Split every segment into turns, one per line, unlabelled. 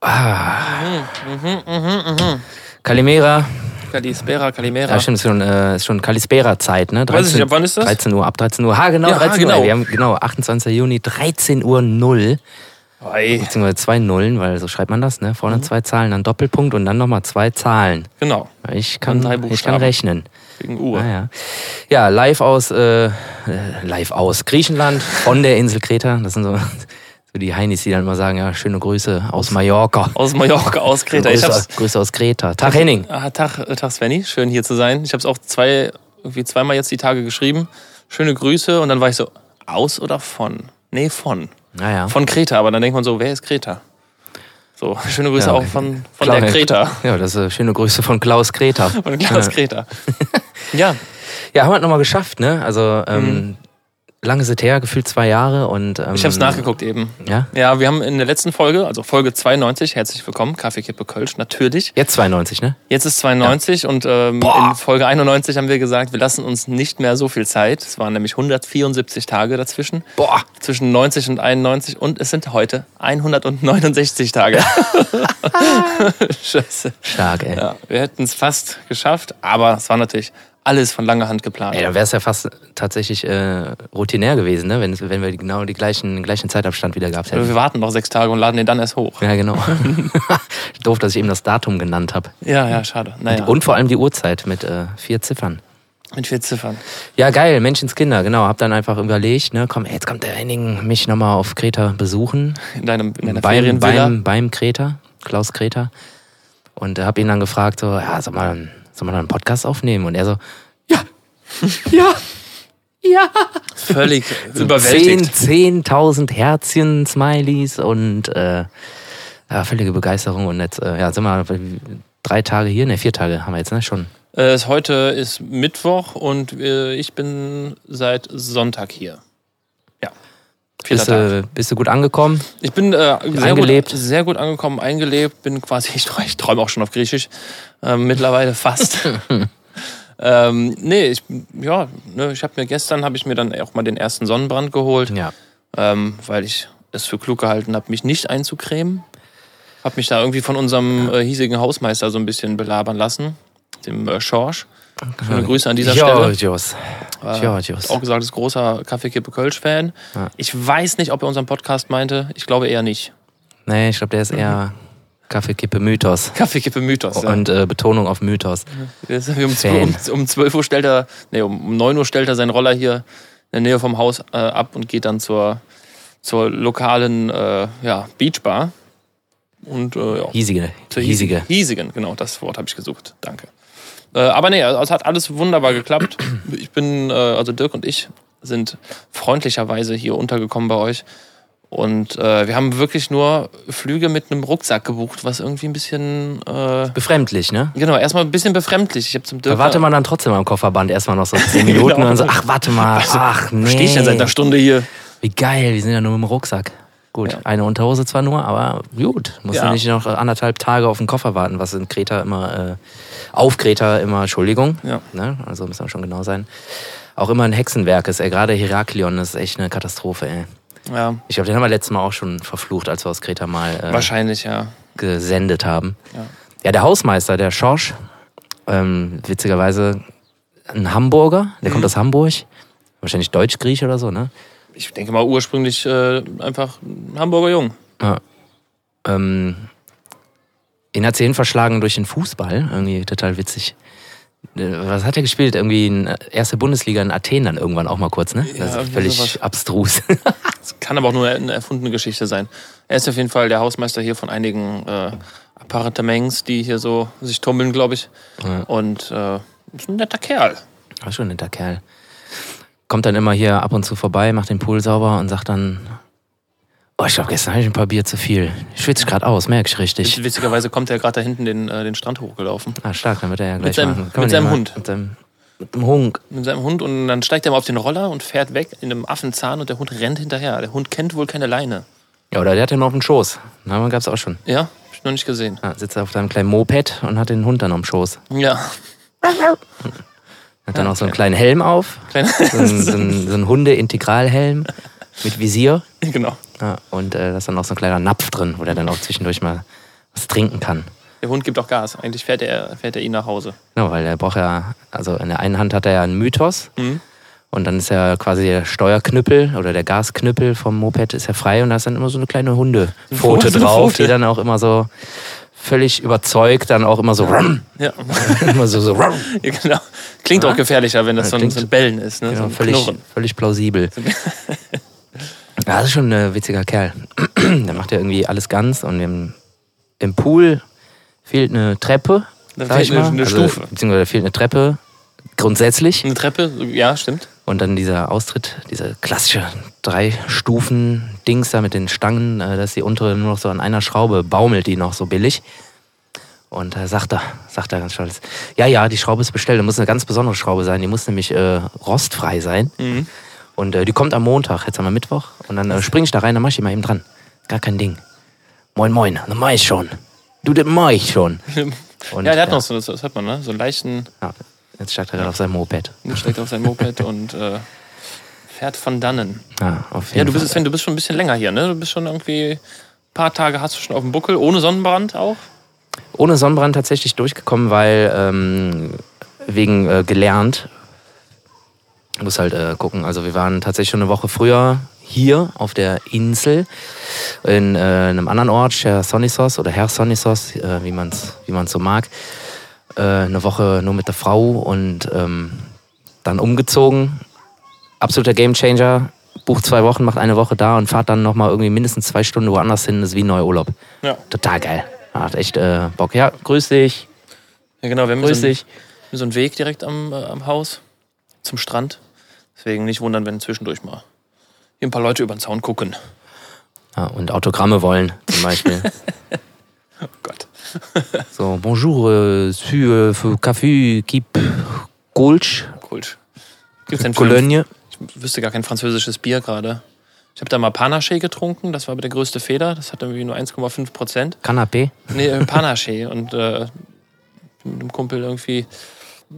Ah. Calimera.
Kalispera, Kalimera.
Ja, stimmt, ist schon, äh, ist schon Kalispera-Zeit, ne? 13,
Weiß ich nicht, ab wann ist das?
13 Uhr, ab 13 Uhr. Ha, genau,
Ja,
13 Uhr.
genau.
Wir haben, genau, 28. Juni, 13 Uhr 0,
Ei.
beziehungsweise zwei Nullen, weil so schreibt man das, ne?
Mhm.
Vorne zwei Zahlen, dann Doppelpunkt und dann nochmal zwei Zahlen.
Genau,
Ich kann,
drei
ich kann
Buchstaben.
rechnen.
wegen Uhr.
Ah, ja. ja, live aus, äh, äh, live aus Griechenland, von der Insel Kreta. Das sind so, so die Heinis, die dann mal sagen, ja, schöne Grüße aus Mallorca.
Aus Mallorca, aus Kreta. Ich
Grüße,
hab's,
Grüße aus Kreta. Tag Henning.
ah, Tag, äh, Tag Svenny, schön hier zu sein. Ich habe es auch zwei, irgendwie zweimal jetzt die Tage geschrieben. Schöne Grüße und dann war ich so, aus oder von? Nee, von.
Naja.
Von Kreta, aber dann denkt man so, wer ist Kreta? So, schöne Grüße
Ja,
auch von, von
Klar, ne.
der Kreta.
Ja, das ist schöne Grüße von Klaus Kreta. Äh,
Von Klaus Kreta. ja,
Ja, haben wir nochmal geschafft, ne? Also, ähm, lange sind her, gefühlt zwei Jahre und. Ähm,
Mhm. ich habe es nachgeguckt eben.
Ja?
Ja, wir haben in der letzten Folge, also Folge 92, herzlich willkommen, Kaffeekippe Kölsch, natürlich.
Jetzt 92, ne?
Jetzt ist 92 und ähm, in Folge 91 haben wir gesagt, wir lassen uns nicht mehr so viel Zeit. Es waren nämlich 174 Tage dazwischen.
Boah.
Zwischen 90 und 91 und es sind heute 169 Tage. Scheiße.
Stark, ey.
Ja, wir hätten es fast geschafft, aber es war natürlich alles von langer Hand geplant.
Ey, dann wäre es ja fast tatsächlich äh, routinär gewesen, ne? Wenn, wenn wir genau die gleichen, den gleichen Zeitabstand wieder gehabt hätten.
wir warten noch sechs Tage und laden den dann erst hoch.
Ja, genau. Doof, dass ich eben das Datum genannt habe.
Ja, ja, schade. Naja,
Und vor allem die Uhrzeit mit äh, vier Ziffern.
mit vier Ziffern.
Ja, geil, Menschenskinder, genau. Hab dann einfach überlegt, ne, komm, ey, jetzt kommt der Henning mich nochmal auf Kreta besuchen.
In, deinem, in deiner
Beim,
Ferienvilla.
beim, beim Kreta, Klaus Kreta. Und äh, hab ihn dann gefragt, so, ja, soll man, soll man da einen Podcast aufnehmen? Und er so, ja, ja, ja.
Völlig
Zehn-
überwältigt.
10.000 Herzchen, Smileys und äh, ja, völlige Begeisterung. Und jetzt, äh, ja, sind wir drei Tage hier, ne, vier Tage haben wir jetzt, ne, schon.
Äh, es- heute ist Mittwoch und äh, ich bin seit Sonntag hier. Ja. Vierter
Bist, äh, bist du gut angekommen?
Ich bin äh, sehr, gut,
Eingelebt.
sehr gut angekommen, eingelebt, bin quasi, ich, träu- ich träume auch schon auf Griechisch, ähm, mittlerweile fast. ähm, nee, ich, ja, ne, ich habe mir gestern, habe ich mir dann auch mal den ersten Sonnenbrand geholt,
Ja.
ähm, weil ich es für klug gehalten habe, mich nicht einzucremen. Habe mich da irgendwie von unserem äh, hiesigen Hausmeister so ein bisschen belabern lassen, dem äh, Schorsch. Schöne Grüße an dieser Stelle.
Georgios. Georgios.
Hat Äh, auch gesagt, ist großer Kaffeekippe Kölsch-Fan. Ich weiß nicht, ob er unseren Podcast meinte. Ich glaube eher nicht.
Nee, ich glaube, der ist eher Kaffeekippe Mythos.
Kaffeekippe Mythos. Ja.
Und äh, Betonung auf Mythos.
Das- Um,
Fan.
um, um 12 Uhr stellt er, nee, um um 9 Uhr stellt er seinen Roller hier in der Nähe vom Haus äh, ab und geht dann zur, zur lokalen äh, ja, Beachbar. Und äh, ja,
Hiesige.
zur
Hiesige.
Hiesigen, genau, das Wort habe ich gesucht. Danke. Äh, aber nee, also, es hat alles wunderbar geklappt. Ich bin, äh, also Dirk und ich sind freundlicherweise hier untergekommen bei euch. Und äh, wir haben wirklich nur Flüge mit einem Rucksack gebucht, was irgendwie ein bisschen. Äh,
Befremdlich, ne?
Genau, erstmal ein bisschen befremdlich. Ich habe zum Dirk.
Da wartet man dann trotzdem am Kofferband erstmal noch so zehn
Genau.
Minuten und dann so, ach, warte mal, ach, nee.
Stehe ich denn seit einer Stunde hier?
Wie geil, wir sind ja nur mit dem Rucksack. Gut,
Ja.
eine Unterhose zwar nur, aber gut. Musst
Ja.
du nicht noch anderthalb Tage auf den Koffer warten, was in Kreta immer, äh, auf Kreta immer, Entschuldigung.
Ja.
Ne? Also müssen wir schon genau sein. Auch immer ein Hexenwerk ist, ey. Gerade Heraklion ist echt eine Katastrophe, ey.
Ja,
Ich glaube, den haben wir letztes Mal auch schon verflucht, als wir aus Kreta mal äh,
wahrscheinlich, ja.
gesendet haben.
Ja.
Ja. der Hausmeister, der Schorsch, ähm, witzigerweise ein Hamburger, der
Mhm.
kommt aus Hamburg. Wahrscheinlich Deutsch-Griech oder so, ne?
Ich denke mal ursprünglich äh, einfach ein Hamburger Jung.
Ähm, ihn hat sie hinverschlagen durch den Fußball. Irgendwie total witzig. Äh, Was hat er gespielt? Irgendwie in äh, erste Bundesliga in Athen dann irgendwann auch mal kurz, ne?
Ja,
das ist
irgendwie
völlig
sowas.
abstrus.
Das kann aber auch nur eine erfundene Geschichte sein. Er ist auf jeden Fall der Hausmeister hier von einigen äh, Appartements, die hier so sich tummeln, glaube ich. Und äh, ist ein netter Kerl.
War schon ein netter Kerl. Kommt dann immer hier ab und zu vorbei, macht den Pool sauber und sagt dann, oh, ich glaube, gestern hatte ich ein paar Bier zu viel. Ich schwitze gerade aus, merk ich richtig.
Witzigerweise kommt er gerade da hinten den, äh, den Strand hochgelaufen.
Ah, stark, dann wird er ja gleich
seinem-
machen. Kann man
mit
den
seinem
mal-
Hund.
Mit seinem, mit dem Hunk.
Mit seinem Hund und dann steigt er mal auf den Roller und fährt weg in einem Affenzahn und der Hund rennt hinterher. Der Hund kennt wohl keine Leine.
Ja, oder der hat den mal auf dem Schoß. Na, gab's auch schon.
Ja, hab ich noch nicht gesehen.
Ja, sitzt er auf seinem kleinen Moped und hat den Hund dann am Schoß.
Ja.
Hat dann auch so einen kleinen Helm auf.
Ah, Kleiner-
So einen, so einen, so einen Hunde-Integralhelm mit Visier.
genau.
Ja, und äh, da ist dann auch so ein kleiner Napf drin, wo der dann auch zwischendurch mal was trinken kann.
Der Hund gibt auch Gas. Eigentlich fährt er, fährt er ihn nach Hause.
Genau, weil er braucht ja, also in der einen Hand hat er ja einen Mythos
Mhm.
und dann ist ja quasi der Steuerknüppel oder der Gasknüppel vom Moped ist ja frei und da ist dann immer so eine kleine Hundefote
Hundefote.
drauf, die dann auch immer so völlig überzeugt dann auch immer so
Ja,
immer so, so genau,
ja genau. Klingt
Ja.
auch gefährlicher, wenn das so ein,
Klingt-
so ein Bellen ist. Ne? so ein
völlig,
Knurren.
völlig plausibel. Ja, das ist schon ein witziger Kerl. der macht ja irgendwie alles ganz und im, im Pool fehlt eine Treppe.
Da
sag
fehlt
ich
eine-
mal.
eine
also,
Stufe.
Beziehungsweise da fehlt eine Treppe grundsätzlich.
Eine Treppe, ja, stimmt.
Und dann dieser Austritt, diese klassische drei Stufen Dings da mit den Stangen, äh, dass die untere nur noch so an einer Schraube baumelt, die noch so billig. Und äh, sagt er, sagt er ganz stolz, ja, ja, die Schraube ist bestellt, da muss eine ganz besondere Schraube sein, die muss nämlich äh, rostfrei sein.
Mhm.
Und äh, die kommt am Montag, jetzt haben wir Mittwoch. Und dann äh, springe ich da rein, dann mache ich die mal eben dran. Gar kein Ding. Moin, moin, dann mach ich schon. Du, das mach ich schon. Und,
ja, der hat noch so, das hat man, ne? So einen leichten,
ja, jetzt steigt er gerade auf sein Moped.
steckt auf sein Moped und äh, fährt von dannen.
Ja, Ah, auf jeden
Ja, du bist,
Fall.
Sven, du bist schon ein bisschen länger hier, ne? Du bist schon irgendwie ein paar Tage hast du schon auf dem Buckel, ohne Sonnenbrand auch.
ohne Sonnenbrand tatsächlich durchgekommen, weil ähm, wegen äh, gelernt. Muss halt äh, gucken. Also wir waren tatsächlich schon eine Woche früher hier auf der Insel in äh, einem anderen Ort, Herr Sonisos oder Herr Sonisos, äh, wie man es wie man's so mag. Äh, eine Woche nur mit der Frau und ähm, dann umgezogen. Absoluter Gamechanger. Bucht zwei Wochen, macht eine Woche da und fahrt dann nochmal irgendwie mindestens zwei Stunden woanders hin. Das ist wie ein neuer Urlaub.
Ja.
Total geil. Hat echt äh, Bock. Ja, grüß dich.
Ja, genau. Wir haben
Grüß
so, einen,
dich.
so einen Weg direkt am, äh, am Haus zum Strand. Deswegen nicht wundern, wenn zwischendurch mal hier ein paar Leute über den Zaun gucken.
Ja, und Autogramme wollen zum Beispiel.
Oh Gott.
so, bonjour, äh, suis, äh, für Café, Kip, Gulch,
Cool. Gibt's denn
Cologne.
Ich wüsste gar kein französisches Bier gerade. Ich habe da mal Panache getrunken, das war aber der größte Fehler. Das hat irgendwie nur 1,5 Prozent.
Canapé.
Nee, äh, Panache. Und äh, mit einem Kumpel irgendwie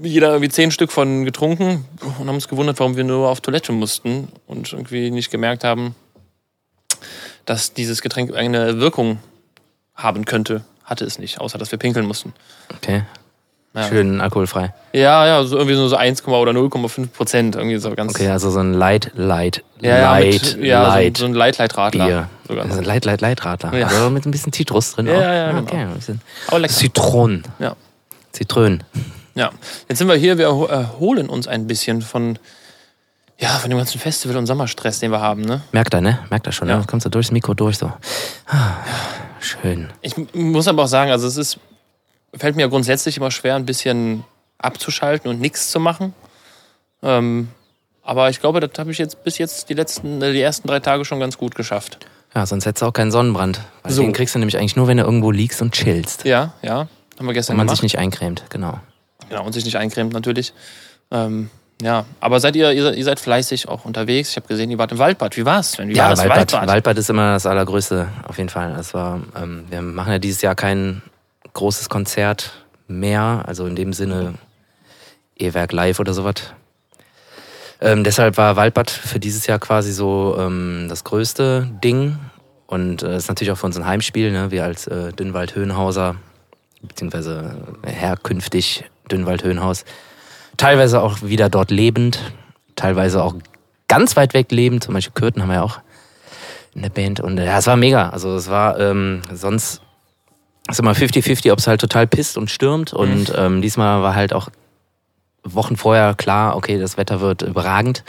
jeder irgendwie zehn Stück von getrunken und haben uns gewundert, warum wir nur auf Toilette mussten und irgendwie nicht gemerkt haben, dass dieses Getränk eine Wirkung haben könnte. Hatte es nicht, außer dass wir pinkeln mussten.
Okay.
Ja.
Schön alkoholfrei.
Ja, ja, so irgendwie nur so 1, oder 0,5 Prozent. Irgendwie so ganz.
Okay, also so ein Light, Light,
ja, ja,
Light,
mit, ja
Light
So, so ein Light Light Radler.
Bier.
Sogar.
Also ein Light, Light, Light Radler.
Ja.
Aber mit ein bisschen Zitrus drin.
Ja,
auch.
ja, ja,
Ah,
genau.
Okay, ein bisschen.
Aber lecker.
Zitronen.
Ja.
Zitrönen.
Ja, jetzt sind wir hier, wir erho- erholen uns ein bisschen von, ja, von dem ganzen Festival- und Sommerstress, den wir haben. Ne?
Merkt er, ne? Merkt er schon,
Ja.
ne? Kommst du durchs Mikro durch so. Ah, Schön.
Ich m- muss aber auch sagen, also es ist, fällt mir grundsätzlich immer schwer, ein bisschen abzuschalten und nichts zu machen. Ähm, aber ich glaube, das habe ich jetzt bis jetzt die, letzten, äh, die ersten drei Tage schon ganz gut geschafft.
Ja, sonst hättest du auch keinen Sonnenbrand. Weil
So.
Den kriegst du nämlich eigentlich nur, wenn du irgendwo liegst und chillst.
Ja, ja, haben wir gestern
Wenn man
gemacht.
sich nicht eincremt, genau.
Genau, und sich nicht eincremt natürlich. Ähm, ja, aber seid ihr, ihr, seid- ihr seid fleißig auch unterwegs. Ich habe gesehen, ihr wart im Waldbad. Wie war es, Sven? Wie war das
Waldbad. Waldbad ist immer das Allergrößte, auf jeden Fall. Das war, ähm, wir machen ja dieses Jahr kein großes Konzert mehr, also in dem Sinne E-Werk Live oder sowas. Ähm, deshalb war Waldbad für dieses Jahr quasi so ähm, das größte Ding. Und äh, ist natürlich auch für uns ein Heimspiel. Ne? Wir als äh, Dünnwald-Höhenhauser, beziehungsweise äh, herkünftig Dünnwald-Höhenhaus, teilweise auch wieder dort lebend, teilweise auch ganz weit weg lebend. Zum Beispiel Kürten haben wir ja auch in der Band. Und äh, ja, es war mega. Also es war ähm, sonst ist immer 50-50, ob es halt total pisst und stürmt. Und ähm, diesmal war halt auch Wochen vorher klar, okay, das Wetter wird überragend.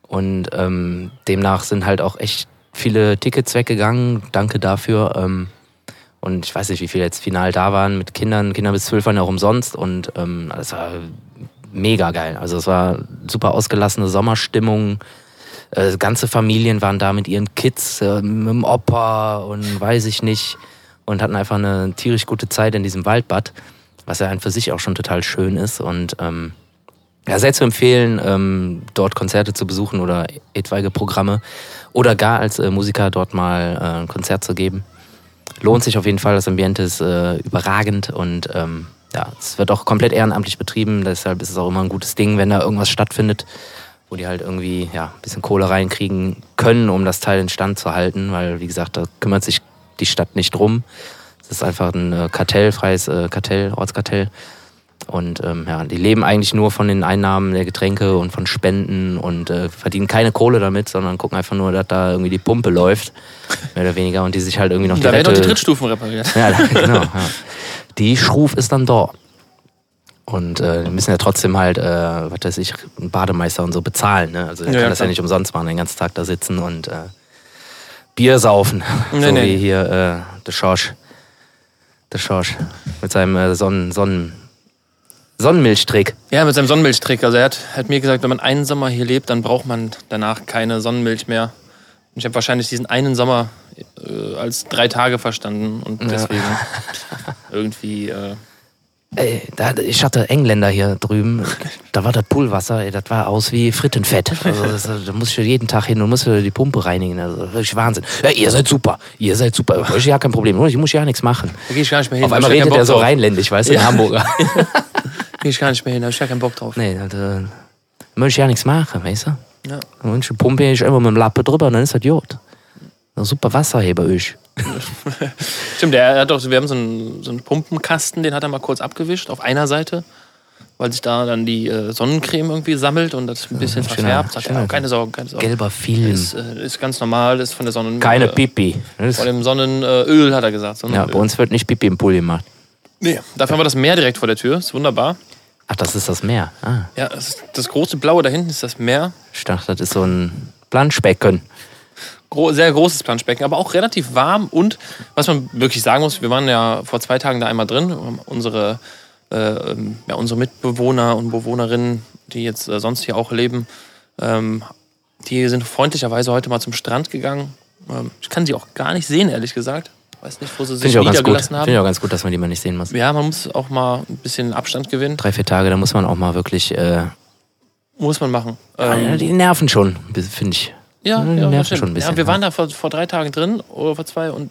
Und ähm, demnach sind halt auch echt viele Tickets weggegangen. Danke dafür. Ähm, und ich weiß nicht, wie viele jetzt final da waren mit Kindern. Kinder bis zwölf waren ja auch umsonst. Und ähm, das war mega geil. Also es war super ausgelassene Sommerstimmung. Äh, ganze Familien waren da mit ihren Kids, äh, mit dem Opa und weiß ich nicht. Und hatten einfach eine tierisch gute Zeit in diesem Waldbad, was ja an für sich auch schon total schön ist. Und ähm, ja, sehr zu empfehlen, ähm, dort Konzerte zu besuchen oder etwaige Programme oder gar als äh, Musiker dort mal äh, ein Konzert zu geben. Lohnt sich auf jeden Fall, das Ambiente ist äh, überragend und ähm, ja, es wird auch komplett ehrenamtlich betrieben, deshalb ist es auch immer ein gutes Ding, wenn da irgendwas stattfindet, wo die halt irgendwie ja, ein bisschen Kohle reinkriegen können, um das Teil in Stand zu halten, weil wie gesagt, da kümmert sich die Stadt nicht drum. Es Das ist einfach ein äh, kartellfreies äh, Kartell, Ortskartell. Und ähm, ja, die leben eigentlich nur von den Einnahmen der Getränke und von Spenden und äh, verdienen keine Kohle damit, sondern gucken einfach nur, dass da irgendwie die Pumpe läuft, mehr oder weniger, und die sich halt irgendwie noch die
Da werden doch
Rette-
die Trittstufen repariert.
ja, da- genau. Ja. Die Schruf ist dann da. Und äh, die müssen ja trotzdem halt, äh, was weiß ich, einen Bademeister und so bezahlen. Ne? Also der
Ja,
kann
ja,
das ja
klar.
nicht umsonst machen, den ganzen Tag da sitzen und äh, Bier saufen.
Nee,
so
nee.
wie hier äh, der Schorsch. Der Schorsch. Mit seinem äh, Sonnen, Sonnen, Sonnenmilchtrick.
Ja, mit seinem Sonnenmilchtrick. Also er hat, hat mir gesagt, wenn man einen Sommer hier lebt, dann braucht man danach keine Sonnenmilch mehr. Und ich habe wahrscheinlich diesen einen Sommer äh, als drei Tage verstanden und deswegen irgendwie. Äh,
Ey, da, ich hatte Engländer hier drüben. Da war das Poolwasser, ey, das war aus wie Frittenfett. Also, das, da musst du jeden Tag hin und musst du die Pumpe reinigen. Also, wirklich Wahnsinn. Ja, ihr seid super. Ihr seid super. Bei euch ja kein Problem. Ich muss ja nichts machen.
da gehe ich gar nicht mehr hin.
Auf
da hab
einmal
ich ja
redet
keinen
er so
Bock drauf.
rheinländisch, weißt du, in Hamburger.
Gehe ich gar nicht mehr hin, da habe ich ja keinen Bock drauf.
nee, da, da muss ich ja nichts machen, weißt du?
Ja.
Dann muss ich die Pumpe ich immer mit dem Lappe drüber und dann ist das Jod. Super Wasserheber, ich.
Stimmt, der hat doch, wir haben so einen, so einen Pumpenkasten, den hat er mal kurz abgewischt auf einer Seite, weil sich da dann die äh, Sonnencreme irgendwie sammelt und das ein bisschen
schöner-
verfärbt. Sagt er,
schöner-
"Oh, keine Sorgen, keine Sorgen.
Gelber Film.
Ist, äh, ist ganz normal, ist von der Sonne.
Keine
äh,
Pipi. Das
Von
ist,
dem Sonnenöl hat er gesagt.
ja,
Sonnenöl.
bei uns wird nicht Pipi im Pool gemacht.
nee. Dafür haben wir das Meer direkt vor der Tür, ist wunderbar.
Ach, das ist das Meer. Ah.
Ja, das, ist, das große Blaue da hinten ist das Meer.
Ich dachte, das ist so ein Planschbecken.
Gro sehr großes Planschbecken, aber auch relativ warm. Und was man wirklich sagen muss, wir waren ja vor zwei Tagen da einmal drin. Unsere, äh, ähm, ja, unsere Mitbewohner und Bewohnerinnen, die jetzt äh, sonst hier auch leben, ähm, die sind freundlicherweise heute mal zum Strand gegangen. Ähm, ich kann sie auch gar nicht sehen, ehrlich gesagt. Weiß nicht, wo sie sich
Finde ich auch ganz gut.
niedergelassen
Finde
haben.
ich auch ganz gut, dass man die mal nicht sehen muss.
Ja, man muss auch mal ein bisschen Abstand gewinnen.
Drei, vier Tage, da muss man auch mal wirklich. Äh,
Muss man machen.
Ah, ja,
Ähm,
die nerven schon, finde ich.
ja,
die
ja,
nerven
das stimmt.
schon ein bisschen,
ja, wir
ne?
waren da vor, vor drei Tagen drin oder vor zwei und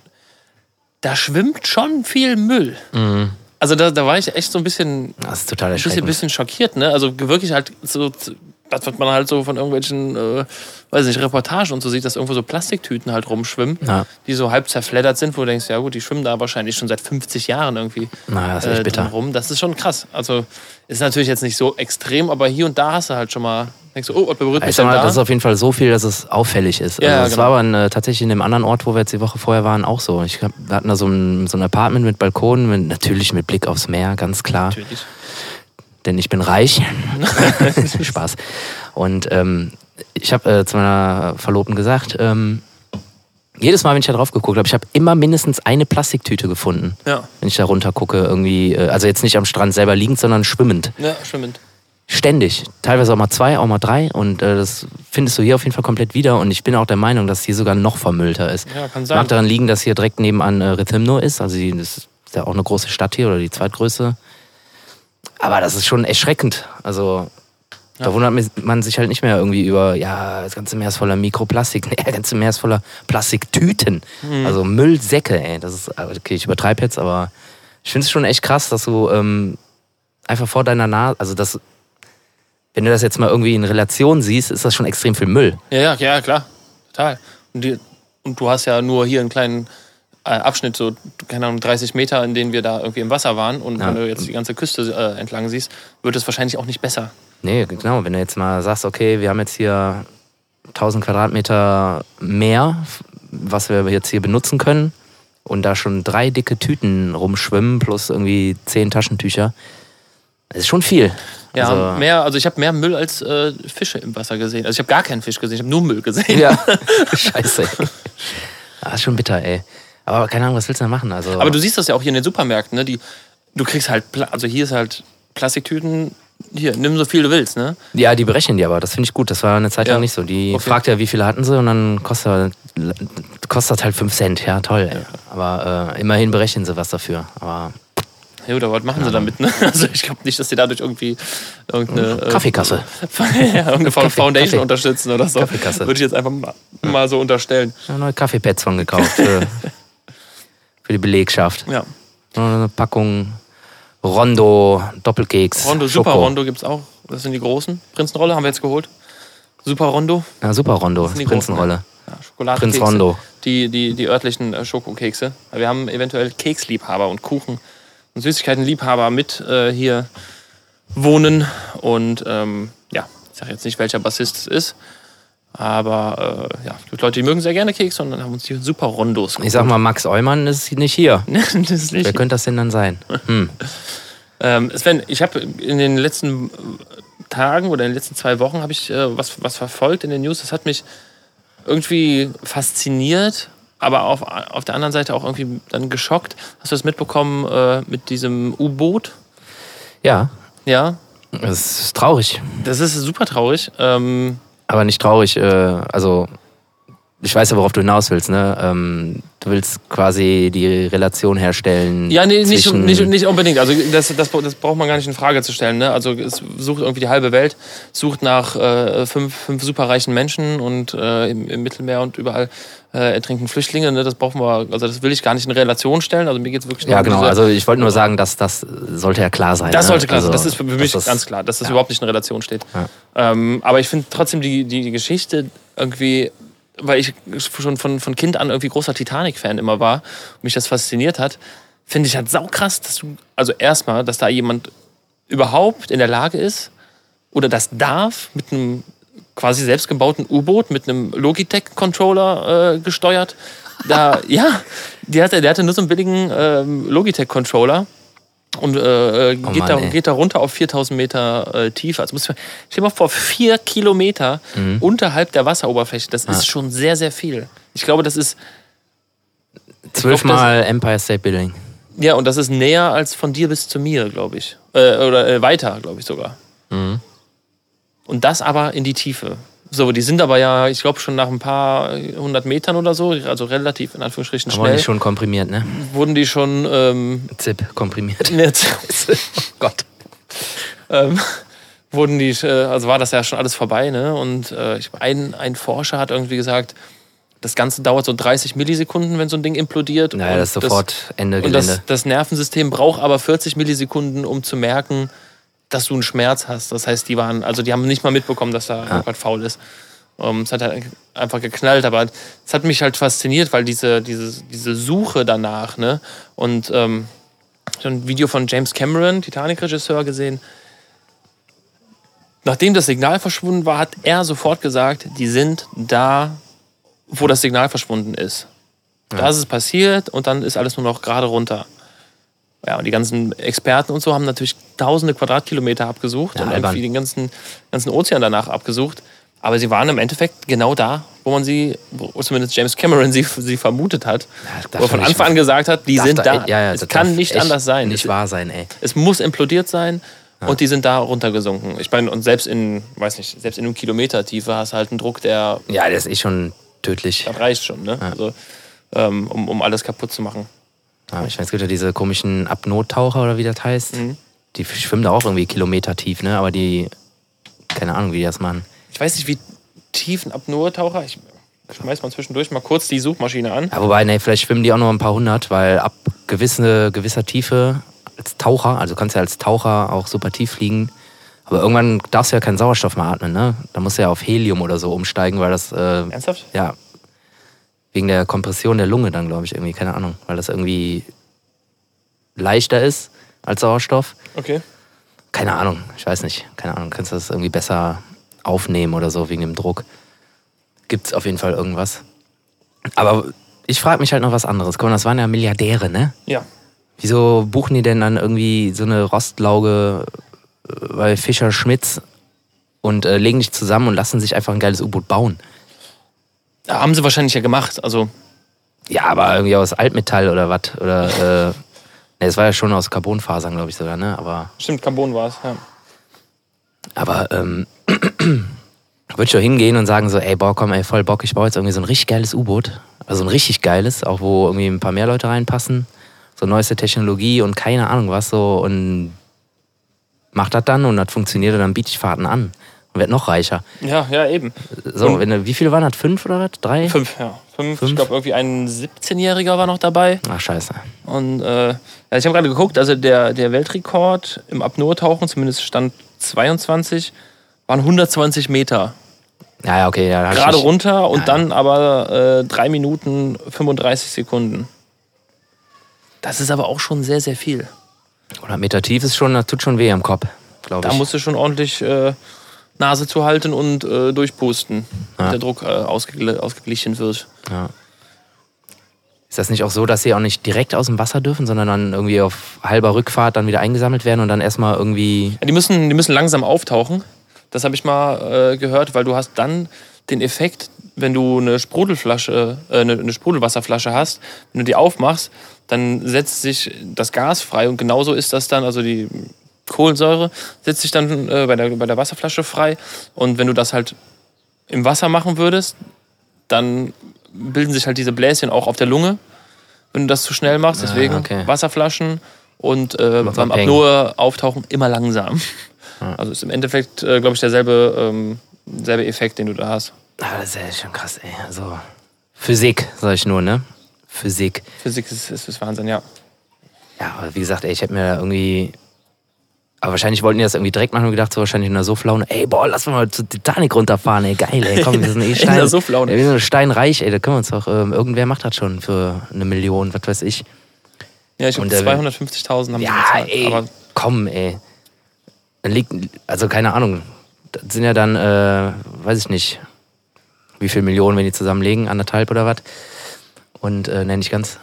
da schwimmt schon viel Müll.
Mhm.
Also da, da war ich echt so ein bisschen,
Das ist total
ein bisschen,
erschreckend.
bisschen schockiert, ne? Also wirklich halt so, das, was man halt so von irgendwelchen, äh, weiß nicht, Reportagen und so sieht, dass irgendwo so Plastiktüten halt rumschwimmen,
Ja.
die so halb zerfleddert sind, wo du denkst, ja gut, die schwimmen da wahrscheinlich schon seit 50 Jahren irgendwie.
Na, das ist echt
äh,
bitter.
drumherum. Das ist schon krass. Also ist natürlich jetzt nicht so extrem, aber hier und da hast du halt schon mal, denkst du, oh, was berührt
Ich
mich
sag
denn
mal,
da?
das ist auf jeden Fall so viel, dass es auffällig ist.
Ja,
also, das
genau.
war aber in, äh, tatsächlich in dem anderen Ort, wo wir jetzt die Woche vorher waren, auch so. Ich, hab- wir hatten da so ein, so ein Apartment mit Balkon, mit, natürlich mit Blick aufs Meer, ganz klar.
Natürlich.
denn ich bin reich. Spaß. Und ähm, ich habe äh, zu meiner Verlobten gesagt, ähm, jedes Mal, wenn ich da drauf geguckt habe, ich habe immer mindestens eine Plastiktüte gefunden,
Ja.
wenn ich da runter gucke, irgendwie, äh, also jetzt nicht am Strand selber liegend, sondern schwimmend.
ja, schwimmend.
Ständig. Teilweise auch mal zwei, auch mal drei. Und äh, das findest du hier auf jeden Fall komplett wieder. Und ich bin auch der Meinung, dass hier sogar noch vermüllter ist.
Ja, kann sein.
Mag daran liegen, dass hier direkt nebenan äh, Rethymno ist. Also die, das ist ja auch eine große Stadt hier oder die zweitgrößte. Aber das ist schon erschreckend. Also da wundert mi- man sich halt nicht mehr irgendwie über, ja, das ganze Meer ist voller Mikroplastik. Nee, das ganze Meer ist voller Plastiktüten.
Hm.
Also Müllsäcke, ey. Das ist, äh, okay, ich übertreibe jetzt, aber ich finde es schon echt krass, dass du ähm, einfach vor deiner Nase, also das, wenn du das jetzt mal irgendwie in Relation siehst, ist das schon extrem viel Müll.
Ja, ja, ja, klar. Total. Und, die, und du hast ja nur hier einen kleinen äh, Abschnitt, so, keine Ahnung, 30 Meter, in denen wir da irgendwie im Wasser waren. Und
Ja.
wenn du jetzt die ganze Küste äh, entlang siehst, wird es wahrscheinlich auch nicht besser.
Nee, genau. Wenn du jetzt mal sagst, okay, wir haben jetzt hier 1000 Quadratmeter mehr, was wir jetzt hier benutzen können, und da schon drei dicke Tüten rumschwimmen plus irgendwie zehn Taschentücher, das ist schon viel.
Ja,
also,
mehr, also ich habe mehr Müll als äh, Fische im Wasser gesehen. Also ich habe gar keinen Fisch gesehen, ich habe nur Müll gesehen.
ja. Scheiße. Ey. Das ist schon bitter, ey. Aber keine Ahnung, was willst du da machen? Also,
Aber du siehst das ja auch hier in den Supermärkten, ne? Die, du kriegst halt, Pla also hier ist halt Plastiktüten, hier, nimm so viel du willst, ne?
ja, die berechnen die aber. Das finde ich gut. Das war eine Zeit lang
Ja.
nicht so. Die
Okay.
fragt ja, wie viele hatten sie und dann kostet, kostet halt 5 Cent. Ja, toll. Ey. Aber äh, immerhin berechnen sie was dafür. Aber
Ja, oder was machen sie damit, ne? Also ich glaube nicht, dass die dadurch irgendwie irgendeine. äh,
Hm. Kaffeekasse.
ja, irgendeine Fa-
Kaffee,
Foundation
Kaffee.
unterstützen oder so.
Kaffeekasse.
Würde ich jetzt einfach mal, mal so unterstellen.
Ich habe neue Kaffeepads von gekauft für, für die Belegschaft.
Ja.
Noch Eine Packung Rondo Doppelkeks.
Rondo,
Schoko.
Super Rondo gibt's auch. Das sind die großen. Prinzenrolle haben wir jetzt geholt. Super Rondo.
Ja, Super Rondo,
sind die
Prinzenrolle.
Ja, Schokolade.
Prinz Rondo.
die, die, die örtlichen äh, Schokokekse. Wir haben eventuell Keksliebhaber und Kuchen und Süßigkeitenliebhaber mit äh, hier wohnen. Und ähm, ja, ich sage jetzt nicht, welcher Bassist es ist. Aber äh, ja, es gibt Leute, die mögen sehr gerne Kekse und dann haben uns die super Rondos
Ich sag mal, Max Eumann ist nicht hier.
das ist nicht
Wer könnte das denn dann sein? Hm.
Ähm, Sven, ich habe in den letzten äh, Tagen oder in den letzten zwei Wochen habe ich äh, was, was verfolgt in den News. Das hat mich irgendwie fasziniert, aber auf, auf der anderen Seite auch irgendwie dann geschockt. Hast du das mitbekommen äh, mit diesem U-Boot?
Ja,
Ja,
es ist traurig.
das ist super traurig. Ähm,
Aber nicht traurig, äh, also ich weiß ja, worauf du hinaus willst, ne? Ähm, du willst quasi die Relation herstellen.
ja, nee, nicht,
zwischen-
nicht, nicht unbedingt. Also das, das, das braucht man gar nicht in Frage zu stellen. Ne? Also es sucht irgendwie die halbe Welt, sucht nach äh, fünf, fünf superreichen Menschen und äh, im, im Mittelmeer und überall äh, ertrinken Flüchtlinge. Ne? Das brauchen wir, also das will ich gar nicht in Relation stellen. Also mir geht's wirklich nur
Ja,
um
genau.
diese-
Also ich wollte nur sagen, dass das sollte ja klar sein.
das
ne?
sollte klar sein.
Also,
Das ist für mich
dass das-
ganz klar, dass das überhaupt nicht in Relation steht.
Ja.
Ähm, aber ich finde trotzdem die, die, die Geschichte irgendwie, weil ich schon von, von Kind an irgendwie großer Titanic-Fan immer war, mich das fasziniert hat, finde ich halt saukrass, dass du, also erstmal, dass da jemand überhaupt in der Lage ist oder das darf mit einem quasi selbstgebauten U-Boot mit einem Logitech-Controller äh, gesteuert. Da, ja, die hatte, der hatte nur so einen billigen ähm, Logitech-Controller und äh, äh, geht,
Oh Mann,
da,
ey.
geht da runter auf 4000 Meter äh, Tiefe. Also, muss ich mal- stell dir mal vor, vier Kilometer
Mhm.
unterhalb der Wasseroberfläche. Das ist schon sehr, sehr viel. Ich glaube, das ist,
Zwölfmal Empire State Building.
ja, und das ist näher als von dir bis zu mir, glaube ich. Äh, oder äh, weiter, glaube ich sogar.
Mhm.
Und das aber in die Tiefe. So, die sind aber ja, ich glaube, schon nach ein paar hundert Metern oder so, also relativ in Anführungsstrichen
Wurden
schnell,
die schon komprimiert, ne?
wurden die schon ähm,
Zip komprimiert.
jetzt,
oh Gott.
ähm, wurden die, äh, also war das ja schon alles vorbei, ne? Und äh, ich, ein, ein Forscher hat irgendwie gesagt, das Ganze dauert so 30 Millisekunden, wenn so ein Ding implodiert.
Naja,
Und
das ist sofort Ende
Und
Gelände.
das, das Nervensystem braucht aber 40 Millisekunden, um zu merken, dass du einen Schmerz hast. Das heißt, die waren, also die haben nicht mal mitbekommen, dass da irgendwas faul ist. Ähm, es hat halt einfach geknallt, aber es hat mich halt fasziniert, weil diese, diese, diese Suche danach, ne? Und ähm, ich habe ein Video von James Cameron, Titanic-Regisseur, gesehen. Nachdem das Signal verschwunden war, hat er sofort gesagt, die sind da, wo das Signal verschwunden ist. Da ist es passiert und dann ist alles nur noch gerade runter. Ja, und die ganzen Experten und so haben natürlich tausende Quadratkilometer abgesucht
Ja,
und
albern.
irgendwie den ganzen, ganzen Ozean danach abgesucht. Aber sie waren im Endeffekt genau da, wo man sie, wo zumindest James Cameron sie, sie vermutet hat.
darf
wo er von
doch nicht-
Anfang an gesagt hat, die
Darf
sind da.
Ja, ja,
es
das
kann
darf
nicht
echt
anders sein.
Nicht
es,
wahr sein, ey.
es muss implodiert sein und die sind da runtergesunken. Ich meine, und selbst in, weiß nicht, selbst in einem Kilometer Tiefe hast du halt einen Druck, der
Ja, das ist eh schon tödlich.
das reicht schon, ne? Also, ähm, um, um alles kaputt zu machen.
Ja, Ah, ich meine, es gibt ja diese komischen Abnottaucher oder wie das heißt. Die schwimmen da auch irgendwie Kilometer tief, ne? Aber die, keine Ahnung, wie die das machen.
Ich weiß nicht, wie tief ein Apnoe-Taucher, ich schmeiß mal zwischendurch mal kurz die Suchmaschine an.
Ja, wobei, ne, vielleicht schwimmen die auch nur ein paar hundert, weil ab gewisse, gewisser Tiefe als Taucher, also du kannst ja als Taucher auch super tief fliegen, aber irgendwann darfst du ja keinen Sauerstoff mehr atmen, ne? Da musst du ja auf Helium oder so umsteigen, weil das, äh,
Ernsthaft?
ja, wegen der Kompression der Lunge dann, glaube ich, irgendwie, keine Ahnung, weil das irgendwie leichter ist als Sauerstoff.
Okay.
Keine Ahnung, ich weiß nicht. Keine Ahnung, kannst du das irgendwie besser aufnehmen oder so wegen dem Druck? Gibt es auf jeden Fall irgendwas. Aber ich frage mich halt noch was anderes. Guck mal, das waren ja Milliardäre, ne?
Ja.
Wieso buchen die denn dann irgendwie so eine Rostlauge äh, bei Fischer Schmitz und äh, legen dich zusammen und lassen sich einfach ein geiles U-Boot bauen?
Da haben sie wahrscheinlich ja gemacht. Also,
Ja, aber irgendwie aus Altmetall oder was? Oder, äh, ne, es war ja schon aus Carbonfasern, glaube ich sogar, ne? Aber.
stimmt, Carbon war es. Ja.
Aber ähm, würde ich doch hingehen und sagen so, ey, boah, komm, ey, voll Bock, ich baue jetzt irgendwie so ein richtig geiles U-Boot. Also ein richtig geiles, auch wo irgendwie ein paar mehr Leute reinpassen. So neueste Technologie und keine Ahnung was so. Und mach das dann und das funktioniert und dann biete ich Fahrten an. Und werd noch reicher.
ja, ja, eben.
So,
Und-
wenn, du- wie viele waren das? Fünf oder was? Drei?
Fünf, ja. Fünf.
Fünf?
Ich glaube, irgendwie ein 17-Jähriger war noch dabei.
Ach, scheiße.
Und äh, ja, ich habe gerade geguckt, also der, der Weltrekord im Apnoe-Tauchen, zumindest Stand 22, waren 120 Meter.
Ja, ja, okay. Ja, da hab ich
Gerade
mich-
runter und
Ja, ja.
dann aber äh, 3 Minuten 35 Sekunden. Das ist aber auch schon sehr, sehr viel.
100 Meter tief ist schon, das tut schon weh am Kopf, glaube
Da
ich.
musst du schon ordentlich äh, Nase zuhalten und äh, durchpusten,
Ja.
damit der Druck äh, ausgegl ausgeglichen wird.
ja. Ist das nicht auch so, dass sie auch nicht direkt aus dem Wasser dürfen, sondern dann irgendwie auf halber Rückfahrt dann wieder eingesammelt werden und dann erstmal irgendwie.
Ja, die, müssen, die müssen langsam auftauchen. Das habe ich mal äh, gehört, weil du hast dann den Effekt, wenn du eine Sprudelflasche, äh, eine, eine Sprudelwasserflasche hast, wenn du die aufmachst, dann setzt sich das Gas frei und genauso ist das dann, also die Kohlensäure setzt sich dann äh, bei, der, bei der Wasserflasche frei und wenn du das halt im Wasser machen würdest, dann bilden sich halt diese Bläschen auch auf der Lunge, wenn du das zu schnell machst. Deswegen
okay.
Wasserflaschen und äh,
Macht
beim
man Peng.
Apnoe auftauchen immer langsam. Also ist im Endeffekt, äh, glaube ich, derselbe ähm, derselbe Effekt, den du da hast.
Ah, das ist ja schon krass, ey. Also, Physik, sag ich nur, ne? Physik.
Physik ist, ist, ist Wahnsinn, ja.
Ja, aber wie gesagt, ey, ich hätte mir da irgendwie. Aber wahrscheinlich wollten die das irgendwie direkt machen und gedacht, so wahrscheinlich in der Sufflaune, ey, boah, lass mal zur Titanic runterfahren, ey, geil, ey, komm, wir sind eh
In
Stein.
der Sufflaune.
Ey, Wir sind so steinreich, ey, da können wir uns doch, ähm, irgendwer macht das schon für eine Million, was weiß ich.
Ja, ich glaube,
Und der-
250.000 haben
Ja,
sie bezahlt.
ey,
Aber
komm, ey. Dann liegt, also keine Ahnung, das sind ja dann, äh, weiß ich nicht, wie viel Millionen, wenn die zusammenlegen, anderthalb oder was. Und, äh, nenne ich ganz,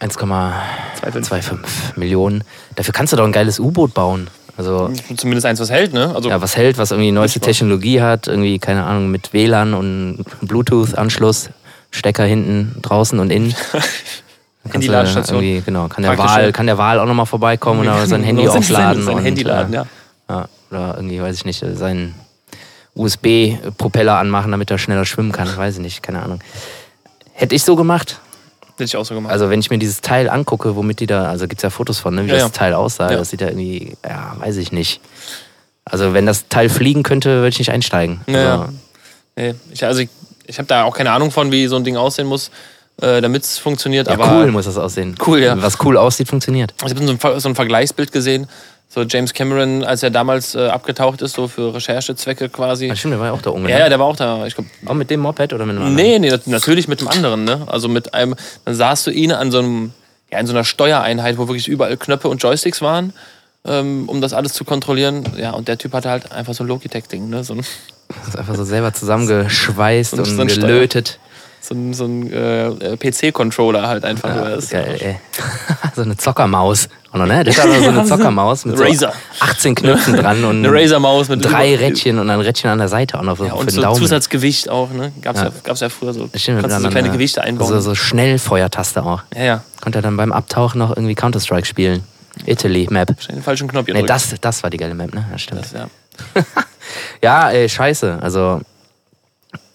1,25
2,5.
Millionen. Dafür kannst du doch ein geiles U-Boot bauen. Also,
Zumindest eins, was hält, ne? Also
ja, was hält, was irgendwie neueste
Nicht wahr?
Technologie hat, irgendwie, keine Ahnung, mit WLAN und Bluetooth-Anschluss, Stecker hinten, draußen und innen. Dann kannst du
Handy-Ladestation.
irgendwie- Genau, kann der,
Praktische-
Wahl, kann der Wahl auch nochmal vorbeikommen oder sein Handy
Sein-
aufladen.
Sein
und,
Handy laden,
äh,
ja.
ja. Oder irgendwie, weiß ich nicht, äh, seinen USB-Propeller anmachen, damit er schneller schwimmen kann. Weiß ich nicht, keine Ahnung. Hätte ich so gemacht.
Hätte ich auch so gemacht.
Also wenn ich mir dieses Teil angucke, womit die da, also gibt es ja Fotos von, ne, wie
Ja,
das
ja.
Teil aussah,
Ja.
das sieht ja irgendwie, ja, weiß ich nicht. Also wenn das Teil fliegen könnte, würde ich nicht einsteigen.
Ja, ja.
Also,
Nee, ich, also ich, ich habe da auch keine Ahnung von, wie so ein Ding aussehen muss, äh, damit es funktioniert.
ja,
aber
cool muss das aussehen.
Cool, ja.
Was cool aussieht, funktioniert.
Ich habe so, ein Ver- so ein Vergleichsbild gesehen. So James Cameron, als er damals äh, abgetaucht ist, so für Recherchezwecke quasi.
Ah, stimmt, der war ja auch da unten.
Ja, ja, der war auch da. Ich glaub,
Auch mit dem Moped oder mit einem anderen?
nee, nee, nat- natürlich mit dem anderen. Ne? Also mit einem, dann sahst du ihn an so einem, ja, in so einer Steuereinheit, wo wirklich überall Knöpfe und Joysticks waren, ähm, um das alles zu kontrollieren. Ja, und der Typ hatte halt einfach so ein Logitech-Ding, ne? so ein,
Das ist einfach so selber zusammengeschweißt und,
So ein- so ein Steuer.
gelötet.
so ein, so ein äh, PC-Controller halt einfach. nur.
Ja,
Das-
Ah, geil, ey. so eine Zockermaus. Auch noch, ne? Das ist aber so eine Zockermaus mit so
Razer.
18 Knöpfen dran und
Eine Razer-Maus mit
drei
über-
Rädchen und ein Rädchen an der Seite auch noch so
Ja,
für
und
den
so
Daumen.
Zusatzgewicht auch, ne? Gab's ja, gab's ja früher so.
Stimmt,
kannst du so
dann,
kleine
äh,
Gewichte einbauen.
So, so Schnellfeuertaste auch.
Ja, ja.
Konnte er dann beim Abtauchen noch irgendwie Counter-Strike spielen. Italy Map.
Schnell den falschen Knopf
Ne,
gedrückt.
das, das war die geile Map, ne? Ja, stimmt.
Das, ja.
Ja, ey, scheiße. Also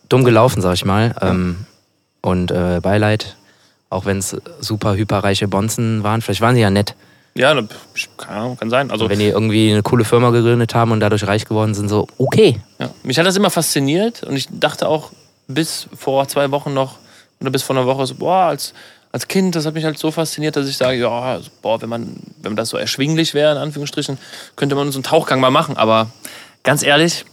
dumm gelaufen, sag ich mal. Ähm, und äh, Beileid, auch wenn es super hyperreiche Bonzen waren. Vielleicht waren sie ja nett.
ja, da- psch, keine Ahnung, kann sein. Also,
Wenn die irgendwie eine coole Firma gegründet haben und dadurch reich geworden sind, so okay.
ja. Mich hat das immer fasziniert und ich dachte auch bis vor zwei Wochen noch oder bis vor einer Woche so, boah, als, als Kind, das hat mich halt so fasziniert, dass ich sage, ja, also, boah, wenn man, wenn das so erschwinglich wäre, in Anführungsstrichen, könnte man so einen Tauchgang mal machen. Aber ganz ehrlich,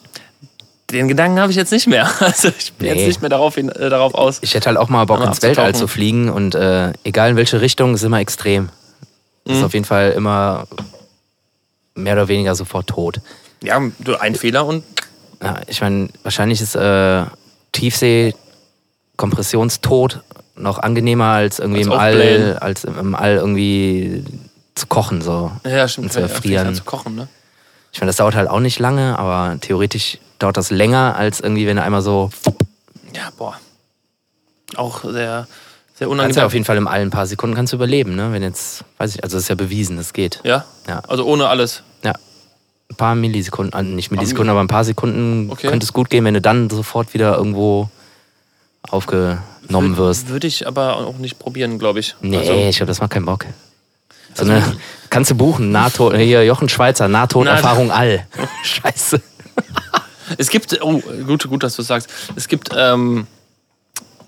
den Gedanken habe ich jetzt nicht mehr. Also ich bin
Nee.
jetzt nicht mehr darauf, hin, äh, darauf aus.
Ich hätte halt auch mal Bock
Aber
ins Weltall zu
abzutauchen.
fliegen und äh, egal in welche Richtung, ist immer extrem. Ist auf jeden Fall immer mehr oder weniger sofort tot.
Ja, du, ein Fehler und
Ja, ich meine, wahrscheinlich ist äh, Tiefsee Kompressionstod noch angenehmer als irgendwie
Als
im All,
aufblähen.
als im- im All irgendwie zu kochen so.
Ja, stimmt.
Und zu
Ja, ja,
erfrieren.
fängt an zu kochen, ne?
Ich meine, das dauert halt auch nicht lange, aber theoretisch dauert das länger als irgendwie, wenn du einmal so
Ja, boah. Auch sehr, sehr
kannst ja auf
unangenehm.
jeden Fall im All ein paar Sekunden kannst du überleben, ne? Wenn jetzt, weiß ich, also das ist ja bewiesen, das geht.
Ja?
Ja.
Also ohne alles.
Ja. Ein paar Millisekunden, ah, nicht Millisekunden, aber ein paar Sekunden
Okay.
könnte es gut gehen, wenn du dann sofort wieder irgendwo aufgenommen wirst.
Würde ich aber auch nicht probieren, glaube ich.
Nee,
Also,
ich glaube, das macht keinen Bock. So eine, kannst du buchen, Nahtod, hier Jochen Schweizer, Nahtoderfahrung all. Scheiße.
es gibt, oh, gut, gut, dass du es sagst. Es gibt ähm,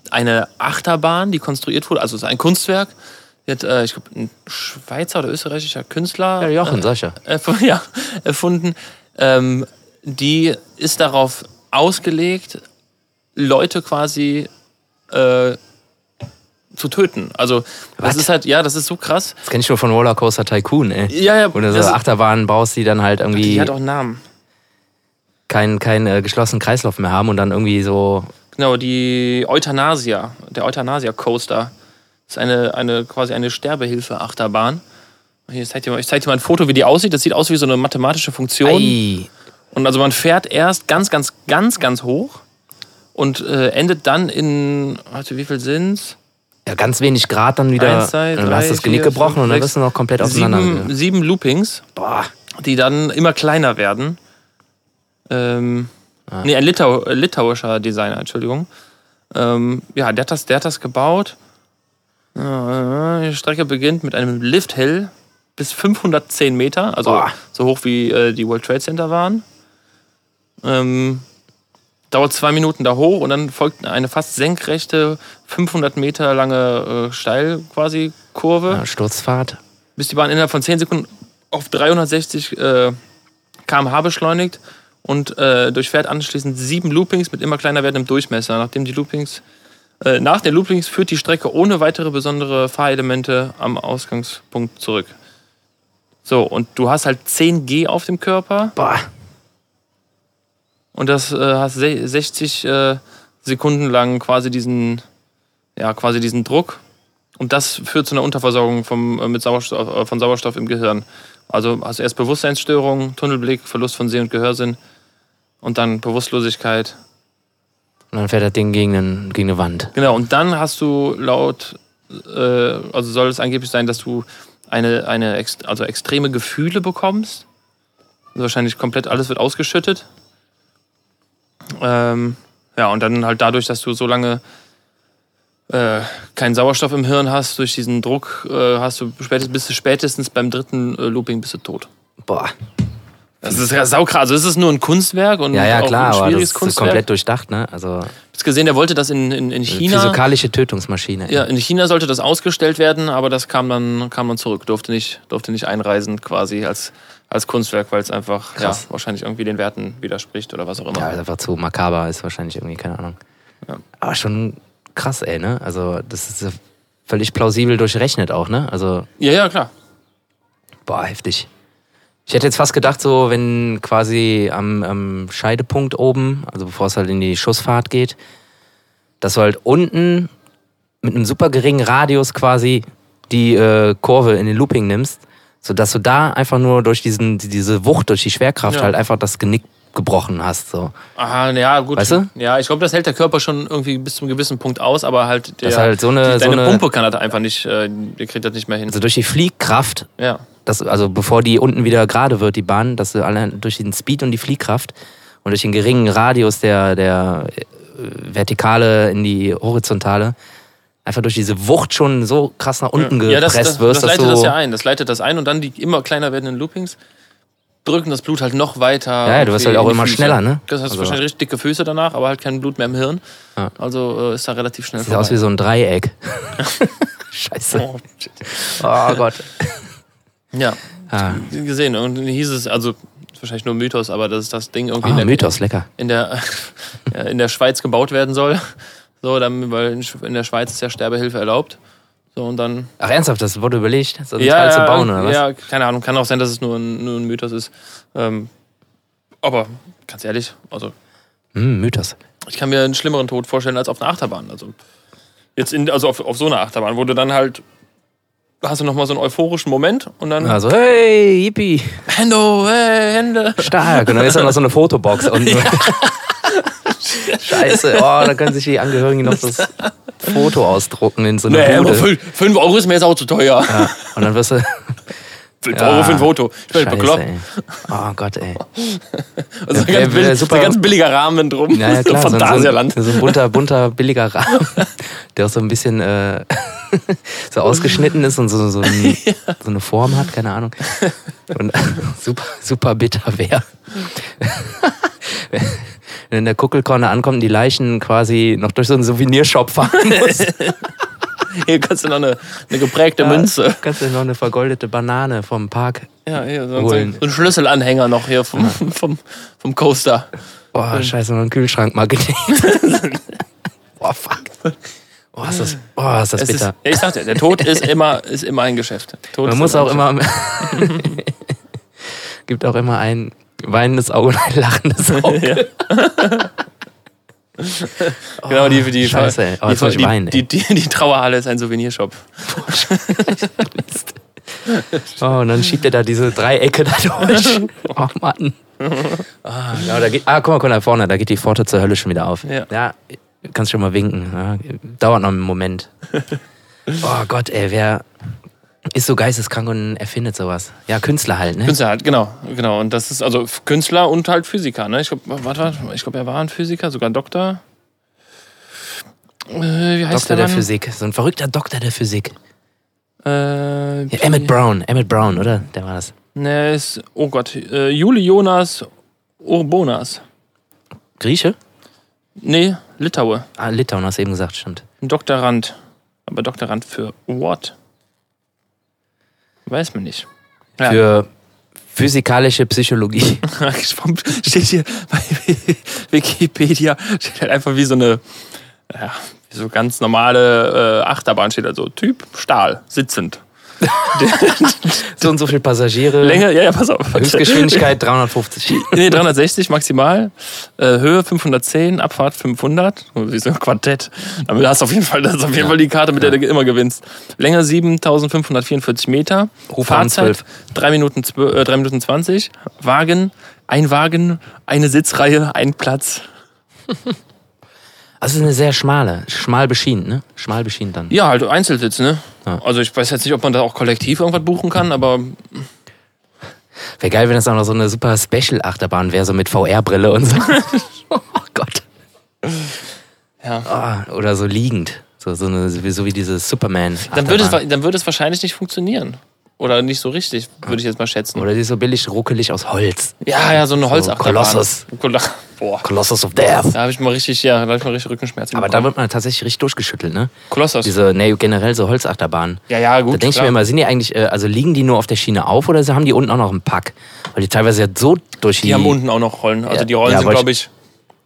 eine Achterbahn, die konstruiert wurde, also es ist ein Kunstwerk. Die hat, äh, ich glaube, ein Schweizer oder österreichischer Künstler. äh,
Ja, Jochen, solcher.
erf ja, erfunden. Ähm, die ist darauf ausgelegt, Leute quasi äh, zu töten. Also das
Was?
ist halt, ja, das ist so krass.
Das kenne ich nur von Rollercoaster Tycoon, ey.
Ja, ja,
Wo du so
das-
Achterbahnen baust, die dann halt
Die
irgendwie
hat auch einen Namen.
keinen kein, äh, geschlossenen Kreislauf mehr haben und dann irgendwie so
Genau, die Euthanasia, der Euthanasia-Coaster. ist eine, eine, quasi eine Sterbehilfe-Achterbahn. Hier, ich zeig dir, mal- ich zeig dir mal ein Foto, wie die aussieht. Das sieht aus wie so eine mathematische Funktion.
Ei,
Und also man fährt erst ganz, ganz, ganz, ganz hoch und äh, endet dann in, warte, wie viel sind's?
ja, ganz wenig Grad dann wieder.
Eins, zwei,
dann
drei,
hast du das Genick
vier,
gebrochen
fünf,
und dann
sechs,
bist du noch komplett auseinander.
Sieben, sieben Loopings,
Boah,
die dann immer kleiner werden. Ähm, Nee, ein Litau äh, litauischer Designer, Entschuldigung. Ähm, ja, der hat das, der hat das gebaut. Äh, Die Strecke beginnt mit einem Lift-Hill bis 510 Meter, also
Boah.
so hoch wie äh, die World Trade Center waren. Ähm, dauert zwei Minuten da hoch und dann folgt eine fast senkrechte 500 Meter lange äh, Steil quasi Kurve
ja, Sturzfahrt.
bis die Bahn innerhalb von 10 Sekunden auf 360 äh, km/h beschleunigt und äh, durchfährt anschließend sieben Loopings mit immer kleiner werdendem Durchmesser. Nachdem die Loopings, äh, nach den Loopings führt die Strecke ohne weitere besondere Fahrelemente am Ausgangspunkt zurück. So, und du hast halt 10 G auf dem Körper
Boah,
und das äh, hast se- 60 äh, Sekunden lang quasi diesen, ja, quasi diesen Druck. Und das führt zu einer Unterversorgung vom, äh, mit Sauerstoff, äh, von Sauerstoff im Gehirn. Also hast du erst Bewusstseinsstörungen, Tunnelblick, Verlust von Seh- und Gehörsinn und dann Bewusstlosigkeit.
und dann fährt das Ding gegen, den, gegen eine Wand.
Genau, und dann hast du laut, äh, also soll es angeblich sein, dass du eine, eine ext also extreme Gefühle bekommst. Also wahrscheinlich komplett alles wird ausgeschüttet. Ähm, ja, und dann halt dadurch, dass du so lange äh, keinen Sauerstoff im Hirn hast, durch diesen Druck, äh, hast du spätestens, bist du spätestens beim dritten äh, Looping bist du tot.
Boah.
Das ist ja saukrass. Also es ist nur ein Kunstwerk und
Ja, ja,
auch
klar,
ein
aber das
schwieriges
ist
Kunstwerk.
komplett Äh, durchdacht, ne? Also
Ich hab's gesehen, der wollte das in, in, in China.
physikalische Tötungsmaschine.
Ja, in China sollte das ausgestellt werden, aber das kam dann, kam dann zurück, durfte nicht, durfte nicht einreisen quasi als, als Kunstwerk, weil es einfach ja,
Krass.
wahrscheinlich irgendwie den Werten widerspricht oder was auch immer.
Ja, ist einfach zu makaber ist wahrscheinlich irgendwie, keine Ahnung. Aber schon krass, ey, ne? Also, das ist ja völlig plausibel durchrechnet auch, ne? Also,
Ja, ja, klar.
boah, heftig. Ich hätte jetzt fast gedacht, so, wenn quasi am, am Scheidepunkt oben, also bevor es halt in die Schussfahrt geht, dass du halt unten mit einem super geringen Radius quasi die äh, Kurve in den Looping nimmst, sodass du da einfach nur durch diesen, diese Wucht, durch die Schwerkraft
Ja.
halt einfach das Genick gebrochen hast, so.
Aha, na ja, gut.
Weißt du?
Ja, ich glaube, das hält der Körper schon irgendwie bis zum gewissen Punkt aus, aber halt der,
Das ist halt so eine-
die,
so
deine
eine-
Pumpe kann das einfach nicht, äh, ihr kriegt das nicht mehr hin.
Also durch die Fliehkraft,
ja.
das, also bevor die unten wieder gerade wird, die Bahn, dass du allein durch den Speed und die Fliehkraft und durch den geringen Radius der, der äh, Vertikale in die Horizontale, einfach durch diese Wucht schon so krass nach unten
ja, das,
gepresst
das,
wirst,
das leitet
dass du.
das ja ein. Das leitet das ein und dann die immer kleiner werdenden Loopings drücken das Blut halt noch weiter.
Ja, ja, du wirst
irgendwie
halt auch
in die
immer
Füße.
schneller, ne?
Das hast
Also-
wahrscheinlich richtig dicke Füße danach, aber halt kein Blut mehr im Hirn.
Ja.
Also äh, ist da relativ schnell
Sieht aus wie so ein Dreieck. Scheiße.
vorbei. Oh, shit.
Oh Gott.
Ja,
Ah,
gesehen. Und dann hieß es, also ist wahrscheinlich nur ein Mythos, aber dass das Ding irgendwie
ah,
in, der,
Mythos, lecker.
in, der, ja, in der Schweiz gebaut werden soll. So, dann, weil in Sch- in der Schweiz ist ja Sterbehilfe erlaubt. So, und dann
Ach, ernsthaft, das wurde überlegt, so ein Teil zu bauen, oder was?
ja, keine Ahnung. Kann auch sein, dass es nur ein, nur ein Mythos ist. Ähm, aber ganz ehrlich, also
Hm, Mythos.
ich kann mir einen schlimmeren Tod vorstellen als auf einer Achterbahn. Also jetzt in, also auf, auf so einer Achterbahn, wo du dann halt hast du noch mal so einen euphorischen Moment und dann
Also, hey, yippie,
Hände, hey, Hände.
stark. Und dann ist da noch so eine Fotobox unten. Scheiße, oh, da können sich die Angehörigen noch das Foto ausdrucken in so
Nee,
einer
aber
Bude.
fün- fünf Euro ist mir jetzt auch zu teuer.
Ja, und dann wirst du.
Fünf
Ja.
Euro für ein Foto. Ich bin
Scheiße,
bekloppt.
ey. Oh Gott, ey.
Also
Wer-
ganz,
wer
billig,
super-
so ein ganz billiger Rahmen drum.
Ja, ja,
So
klar, so ein, so, ein,
Phantasialand.
so ein bunter, bunter, billiger Rahmen, der auch so ein bisschen äh, so ausgeschnitten ist und so, so, ein, so eine Form hat, keine Ahnung. Und super, super bitter wäre. Wenn in der Kuckelkorne ankommt und die Leichen quasi noch durch so einen Souvenirshop fahren muss.
Hier kannst du noch eine, eine geprägte Münze.
Kannst du noch eine vergoldete Banane vom Park.
Ja, hier, so, so,
Holen.
so ein Schlüsselanhänger noch hier vom, vom, vom Coaster.
Boah, scheiße, mein Kühlschrank mal gedeckt. Boah, fuck. Boah, ist das, boah, ist das
Es ist,
bitter.
ja, ich sagte, der Tod ist immer, ist immer ein Geschäft. Tod
Man
ist
muss auch
ein
immer. gibt auch immer ein weinendes Auge und ein lachendes Auge.
Geschäft. Ja. Genau, die, die,
Scheiße, ey. Oh, jetzt muss ich
die,
weinen, ey.
die, die, die, die Trauerhalle ist ein Souvenirshop.
Oh, und dann schiebt er da diese Dreiecke da durch. Oh Mann. Ah, ja, da geht, ah, guck mal, guck mal, da vorne, da geht die Pforte zur Hölle schon wieder auf.
Ja.
kannst schon mal winken. Ja, dauert noch einen Moment. Oh Gott, ey, wer ist so geisteskrank und erfindet sowas? Ja, Künstler halt, ne?
Künstler halt, genau, genau. Und das ist also F- Künstler und halt Physiker. Ne? Ich glaube, warte, warte, ich glaube, er war ein Physiker, sogar Doktor. Äh, wie heißt
Doktor der
Mann?
Physik. So ein verrückter Doktor der Physik.
Äh,
Ja, Emmett Brown, Emmett Brown, oder? Der war das.
ne, ist, oh Gott, äh, Juli Jonas Urbonas.
Grieche?
Nee, Litaue.
Ah, Litauen, hast du eben gesagt, stimmt.
Ein Doktorand. Aber Doktorand für what? Weiß man nicht. Ja.
Für physikalische Psychologie.
Warum steht hier bei Wikipedia steht halt einfach wie so eine ja, wie so ganz normale äh, Achterbahn steht also Typ Stahl sitzend
so und so viele Passagiere.
Länge ja ja pass auf
Höchstgeschwindigkeit 350.
nee 360 maximal äh, Höhe 510 Abfahrt 500 wie so ein Quartett damit hast du auf jeden Fall das ist auf jeden Fall die Karte mit der du immer gewinnst Länge 7544 Meter
Hochfahren 12.
3 Minuten zwö- äh, 3 Minuten 20 Wagen ein Wagen eine Sitzreihe ein Platz
Also es ist eine sehr schmale, schmal beschienen, ne? Schmal beschienen dann.
Ja, halt Einzelsitz, ne?
Ja.
Also ich weiß jetzt nicht, ob man da auch kollektiv irgendwas buchen kann, aber
Wäre geil, wenn das auch noch so eine super Special-Achterbahn wäre, so mit VR-Brille und so. oh Gott.
ja.
Ah, oder so liegend. So, so, eine, so wie diese superman
Dann würde, es, wa- dann würde es wahrscheinlich nicht funktionieren. Oder nicht so richtig, würde ich jetzt mal schätzen.
Oder die ist so billig ruckelig aus Holz.
Ja, ja, so eine Holzachterbahn.
Kolossus.
Kol- Boah,
Colossus of Death.
da habe ich mal richtig, ja, da habe ich mal richtig Rückenschmerzen.
Aber da
bekommen.
wird man tatsächlich richtig durchgeschüttelt, ne?
Kolossus.
Diese, ne, generell so Holzachterbahnen.
ja, ja, gut.
Da denke ich
klar.
mir immer, sind die eigentlich, äh, also liegen die nur auf der Schiene auf oder haben die unten auch noch einen Pack? Weil die teilweise ja so durch die.
die haben unten auch noch Rollen. Also
Ja,
die Rollen
ja,
sind,
wollte
glaube ich,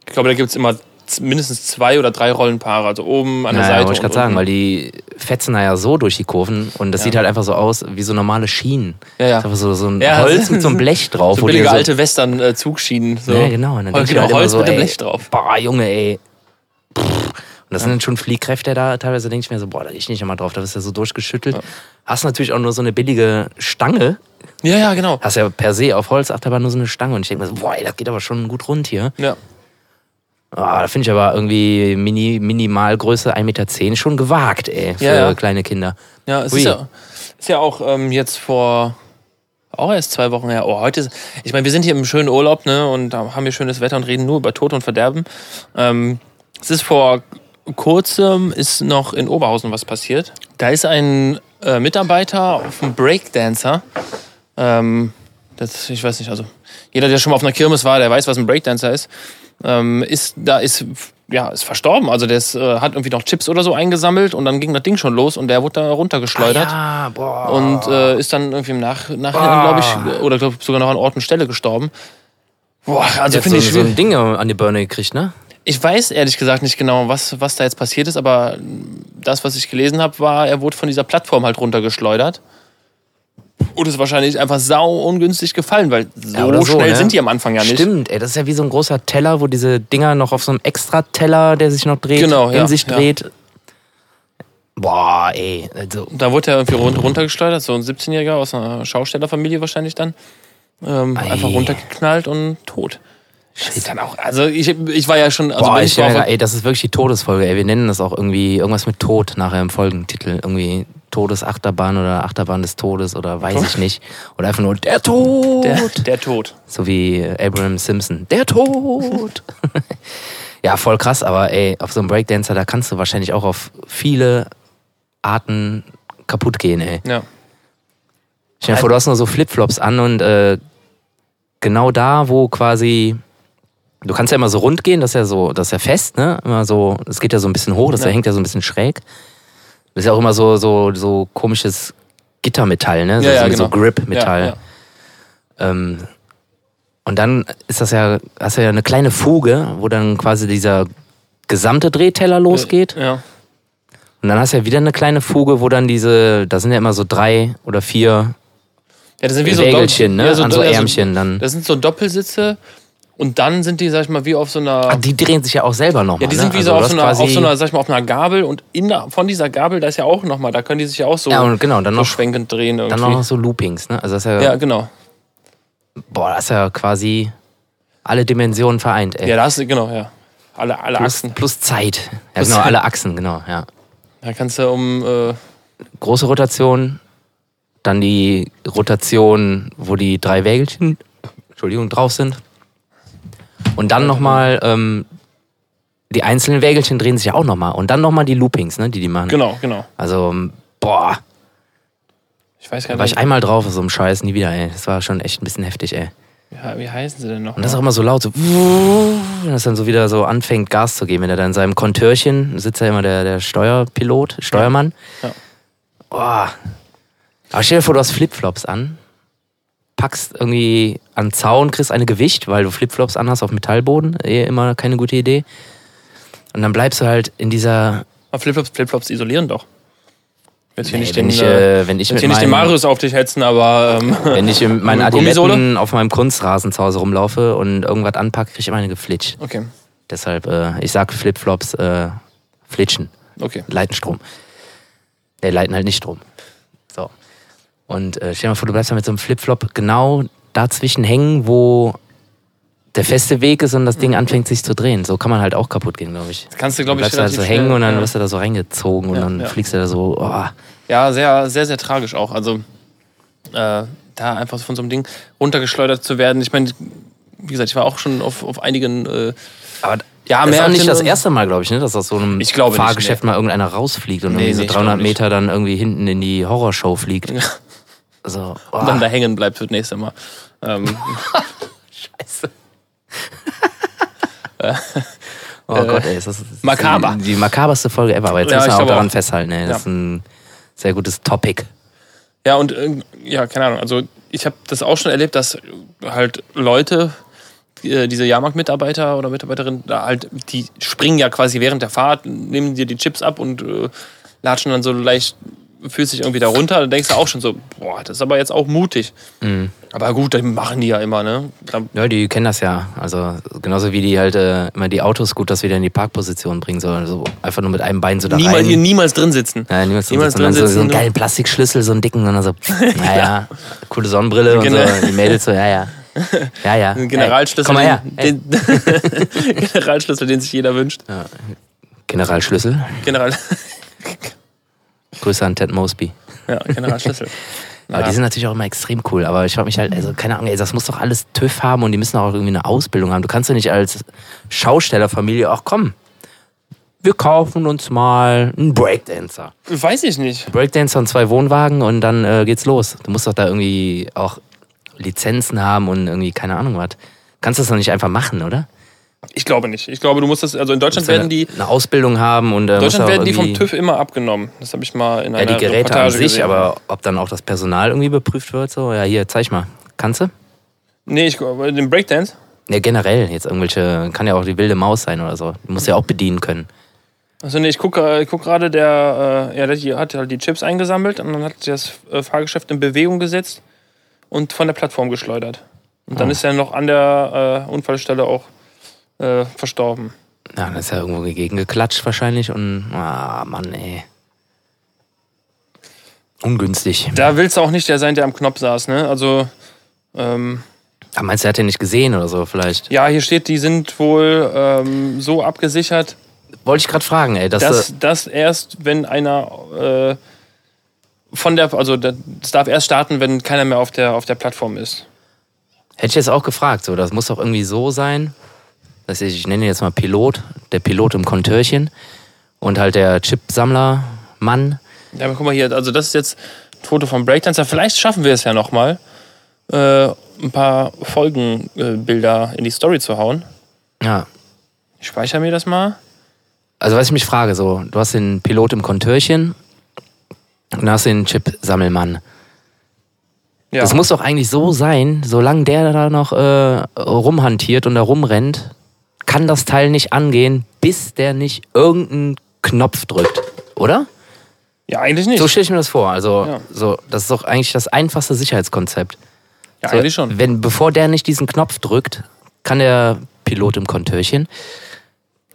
ich glaube, da gibt es immer z- mindestens zwei oder drei Rollenpaare. Also oben an der
Naja,
Seite.
wollte ich gerade
und
sagen,
unten.
weil die fetzen da ja so durch die Kurven und das sieht halt einfach so aus wie so normale Schienen.
Ja, ja.
Das ist einfach so, so ein
Ja,
Holz mit so einem Blech drauf.
so
wo die
billige
so,
alte Western-Zugschienen. So.
Ja, genau. Und dann denk ich
Genau,
halt immer
Holz
so,
mit dem
ey,
Blech drauf.
Boah, Junge, ey. Pff. Und das sind dann schon Fliehkräfte da. Teilweise denke ich mir so, boah, da geh ich nicht nochmal drauf. Da bist du ja so durchgeschüttelt. Hast natürlich auch nur so eine billige Stange.
Ja, ja, genau.
Hast ja per se auf Holzachterbahn nur so eine Stange. Und ich denke mir so, boah, ey, das geht aber schon gut rund hier.
Ja.
Ah, da finde ich aber irgendwie mini, Minimalgröße 1,10 Meter schon gewagt, ey, für
Ja, ja.
kleine Kinder.
Ja, es
Ui.
ist ja, ist ja auch ähm, jetzt vor auch erst zwei Wochen her. Oh, heute ist, ich meine, wir sind hier im schönen Urlaub, ne, und da haben wir schönes Wetter und reden nur über Tod und Verderben. Ähm, es ist vor kurzem ist noch in Oberhausen was passiert. Da ist ein äh, Mitarbeiter auf einem Breakdancer. Ähm, das, ich weiß nicht, also jeder, der schon mal auf einer Kirmes war, der weiß, was ein Breakdancer ist. Ähm, ist da ist ja ist verstorben. Also der ist, äh, hat irgendwie noch Chips oder so eingesammelt und dann ging das Ding schon los und der wurde da runtergeschleudert
Ah, Ja, Ah. boah.
und äh, ist dann irgendwie im Nach Nachhinein, glaube ich, oder glaub, sogar noch an Ort und Stelle gestorben. Boah,
Jetzt
also
so,
finde ich
so ein
schwierig.
Ding an die Birne gekriegt, ne?
Ich weiß ehrlich gesagt nicht genau, was, was da jetzt passiert ist, aber das, was ich gelesen habe, war, er wurde von dieser Plattform halt runtergeschleudert. Und ist wahrscheinlich einfach sau ungünstig gefallen, weil so,
Ja, oder so,
schnell
ne?
sind die am Anfang ja nicht.
Stimmt, ey, das ist ja wie so ein großer Teller, wo diese Dinger noch auf so einem Extra-Teller, der sich noch dreht,
Genau,
in
ja,
sich
ja.
dreht. Boah, ey. Also,
Da wurde er irgendwie run- runtergeschleudert, so ein 17-Jähriger aus einer Schaustellerfamilie wahrscheinlich dann. Ähm,
Ei.
einfach runtergeknallt und tot. Das ist dann auch, also ich, ich war ja schon, also
boah,
wenn
ich
war auf-
ja, ey, das ist wirklich die Todesfolge, ey. Wir nennen das auch irgendwie irgendwas mit Tod nachher im Folgentitel. Irgendwie Todesachterbahn oder Achterbahn des Todes oder weiß ich nicht. Oder einfach nur der Tod.
Der, der Tod.
So wie äh, Abraham Simpson. Der Tod! ja, voll krass, aber ey, auf so einem Breakdancer, da kannst du wahrscheinlich auch auf viele Arten kaputt gehen, ey.
Ja. Also
Stell dir vor, du hast nur so Flipflops an und äh, genau da, wo quasi. Du kannst ja immer so rund gehen, das ist ja so, das ist ja fest, ne? Immer so, es geht ja so ein bisschen hoch, das
Ja.
hängt ja so ein bisschen schräg. Das ist ja auch immer so, so, so komisches Gittermetall, ne? So,
Ja, ja,
so, so
genau.
Grip-Metall.
Ja, ja.
Ähm, Und dann ist das ja, hast du ja eine kleine Fuge, wo dann quasi dieser gesamte Drehteller losgeht.
Ja.
Und dann hast du ja wieder eine kleine Fuge, wo dann diese, da sind ja immer so drei oder vier
Ja, das sind wie so also
Wägelchen,
Dopp-
ne?
ja,
An so
ja,
Ärmchen dann.
Das sind so Doppelsitze und dann sind die, sag ich mal, wie auf so einer.
Ah, die drehen sich ja auch selber nochmal.
ja, die sind
ne?
wie so
Also
auf
das
so, einer,
quasi-
auf so einer, sag ich mal, auf einer Gabel und in der, von dieser Gabel, da ist ja auch nochmal, da können die sich ja auch so,
Ja, und genau, dann
so
noch,
schwenkend drehen irgendwie.
dann noch so Loopings, ne? Also das ist ja,
ja, genau.
boah, das ist ja quasi alle Dimensionen vereint, ey.
Ja, das genau, ja. Alle, alle
plus,
Achsen.
plus Zeit. Ja,
Plus
genau,
Zeit.
alle Achsen, genau, ja.
Da kannst du um. Äh,
große Rotation, dann die Rotation, wo die drei Wägelchen, Entschuldigung, drauf sind. Und dann nochmal, ähm, die einzelnen Wägelchen drehen sich ja auch nochmal. Und dann nochmal die Loopings, ne, die die machen.
genau, genau.
Also, ähm, boah,
Ich weiß gar
war
nicht,
ich einmal drauf auf so einem Scheiß, nie wieder, ey. Das war schon echt ein bisschen heftig, ey.
ja, wie heißen sie denn noch?
Und das ist auch immer so laut, so, und das dann so wieder so anfängt, Gas zu geben. Wenn er da in seinem Kontörchen sitzt ja immer der, der Steuerpilot, Steuermann.
Ja.
Boah. Aber stell dir vor, du hast Flipflops an, packst irgendwie an den Zaun, kriegst eine Gewicht, weil du Flipflops anhast auf Metallboden, eh immer keine gute Idee. Und dann bleibst du halt in dieser.
Aber Ah, Flipflops, Flipflops isolieren doch. Jetzt hier
Nee,
nicht
wenn
den,
ich,
äh,
äh, wenn ich
jetzt
mit
hier nicht den
meinem-
Marius auf dich hetzen, aber ähm,
wenn ich mit meinen
Gummisohle?
Adiletten auf meinem Kunstrasen zu Hause rumlaufe und irgendwas anpacke, krieg ich immer eine geflitscht.
okay,
Deshalb, äh, ich sag Flipflops, äh, flitschen.
okay.
leiten Strom. Nee, leiten halt nicht Strom. So. Und äh, stell dir mal vor, du bleibst da mit so einem Flipflop genau dazwischen hängen, wo der feste Weg ist und das Ding anfängt sich zu drehen. So kann man halt auch kaputt gehen, glaube ich.
Das kannst du
Du
glaube ich
bleibst da
relativ
so hängen
schnell,
und dann
ja.
wirst du da so reingezogen und
Ja,
dann
ja.
fliegst du da so. Oh.
Ja, sehr, sehr, sehr tragisch auch. Also äh, da einfach von so einem Ding runtergeschleudert zu werden. Ich meine, wie gesagt, ich war auch schon auf, auf einigen. Äh,
Aber
ja,
das ist auch
Märchen
nicht das
und-
erste Mal, glaube ich, ne, dass aus so einem
Ich glaube nicht,
Fahrgeschäft mal irgendeiner rausfliegt und
Nee,
irgendwie so
nee, ich glaube
300
nicht.
Meter dann irgendwie hinten in die Horrorshow fliegt.
Ja.
So,
Und dann
oh,
da hängen bleibt für das nächste Mal. Ähm,
Scheiße. oh Gott, ey, ist das ist
äh, makaber.
Die, die makaberste Folge ever. Aber jetzt
Ja,
müssen
ich
wir auch
glaube
daran
auch.
festhalten. Ey. Das
Ja.
ist ein sehr gutes Topic.
ja, und äh, ja, keine Ahnung. Also ich habe das auch schon erlebt, dass halt Leute, äh, diese Jahrmarkt-Mitarbeiter oder Mitarbeiterinnen, da halt, die springen ja quasi während der Fahrt, nehmen dir die Chips ab und äh, latschen dann so leicht, fühlst dich irgendwie da runter. Da denkst du auch schon so, boah, das ist aber jetzt auch mutig.
Mhm.
Aber gut, dann machen die ja immer, ne? Da
Ja, die kennen das ja. Also genauso wie die halt äh, immer die Autos gut, dass wir wieder in die Parkposition bringen sollen. So einfach nur mit einem Bein so da
niemals,
rein.
niemals drin sitzen.
Ja, niemals, drin
niemals
sitzen. Und dann
drin
So, so einen
sitzen. ne?
geilen Plastikschlüssel, so einen dicken, und dann so, naja, coole Sonnenbrille und
Genau.
so. Die Mädels so, ja, ja. Ja, ja.
Den
Ey,
Generalschlüssel,
komm mal her. Ey,
den, den Generalschlüssel, den sich jeder wünscht.
Generalschlüssel.
General,
Grüße an Ted Mosby.
ja, Generalschlüssel.
Aber
Ja.
die sind natürlich auch immer extrem cool. Aber ich frage mich halt, also keine Ahnung, ey, das muss doch alles TÜV haben und die müssen auch irgendwie eine Ausbildung haben. Du kannst ja nicht als Schaustellerfamilie, ach komm, wir kaufen uns mal einen Breakdancer.
Weiß ich nicht.
Breakdancer und zwei Wohnwagen und dann äh, geht's los. Du musst doch da irgendwie auch Lizenzen haben und irgendwie keine Ahnung was. Kannst das doch nicht einfach machen, oder?
Ich glaube nicht. Ich glaube, du musst das, also in
Musst
Deutschland
ja
werden die,
eine Ausbildung haben und äh, musst
Deutschland
auch
werden die vom
irgendwie-
TÜV immer abgenommen. Das habe ich mal in einer
Ja, die Geräte an
Reportage
sich,
gesehen.
aber ob dann auch das Personal irgendwie beprüft wird, so, ja, hier, zeig mal. Kannst du?
Nee, ich, aber den Breakdance?
Ja, generell jetzt irgendwelche, kann ja auch die wilde Maus sein oder so. Die muss ja auch bedienen können.
Also nee, ich gucke ich guck gerade, der, äh, ja, der hier hat halt die Chips eingesammelt und dann hat das äh, Fahrgeschäft in Bewegung gesetzt und von der Plattform geschleudert. Und dann
Ah.
ist er noch an der äh, Unfallstelle auch äh, verstorben.
Ja, dann ist ja irgendwo gegen geklatscht wahrscheinlich und, ah, Mann, ey. Ungünstig.
Da willst du auch nicht der sein, der am Knopf saß, ne? Also, ähm,
Ah, meinst du, er hat den nicht gesehen oder so vielleicht?
ja, hier steht, die sind wohl ähm, so abgesichert,
Wollte ich gerade fragen, ey. äh, Dass
dass, dass erst, wenn einer äh, von der, also das darf erst starten, wenn keiner mehr auf der, auf der Plattform ist.
Hätte ich jetzt auch gefragt, so, das muss doch irgendwie so sein, dass ich, ich nenne ihn jetzt mal Pilot, der Pilot im Kontörchen und halt der Chipsammler Mann.
Ja, aber guck mal hier, also das ist jetzt ein Foto vom Breakdancer. Vielleicht schaffen wir es ja nochmal, äh, ein paar Folgenbilder äh, Bilder in die Story zu hauen.
Ja.
Ich speichere mir das mal.
Also was ich mich frage, so, du hast den Pilot im Kontörchen und hast den Chipsammelmann.
Ja.
Das muss doch eigentlich so sein, solange der da noch äh, rumhantiert und da rumrennt, kann das Teil nicht angehen, bis der nicht irgendeinen Knopf drückt, oder?
ja, eigentlich nicht.
So stelle ich mir das vor. Also,
Ja.
so, das ist doch eigentlich das einfachste Sicherheitskonzept.
ja,
So,
eigentlich schon.
Wenn, bevor der nicht diesen Knopf drückt, kann der Pilot im Kontörchen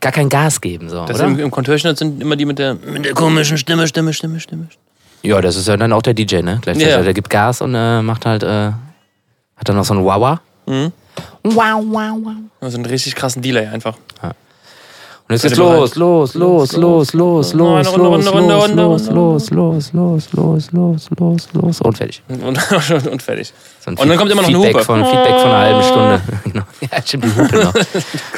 gar kein Gas geben, so,
Das
oder?
im, Im Contörchen sind immer die mit der, mit der komischen Stimme, Stimme, Stimme, Stimme.
Ja, das ist ja dann auch der DJ, ne? Gleich
Ja.
Der gibt Gas und äh, macht halt, äh, hat dann noch so einen Wawa.
Mhm.
Wow, wow, wow.
Also einen richtig krassen Delay einfach.
Und jetzt
Seid
geht's
ihr
los, los, los, los, los, los, los,
Runde,
los,
Runde, Runde,
los,
Runde,
los,
Runde,
los, los, los, los, los, los, los und fertig.
Und, und, und fertig.
So ein
Und dann kommt immer noch eine
Feedback
Hupe.
Von, Feedback von einer halben Stunde. Genau. ja, stimmt, die Hupe noch.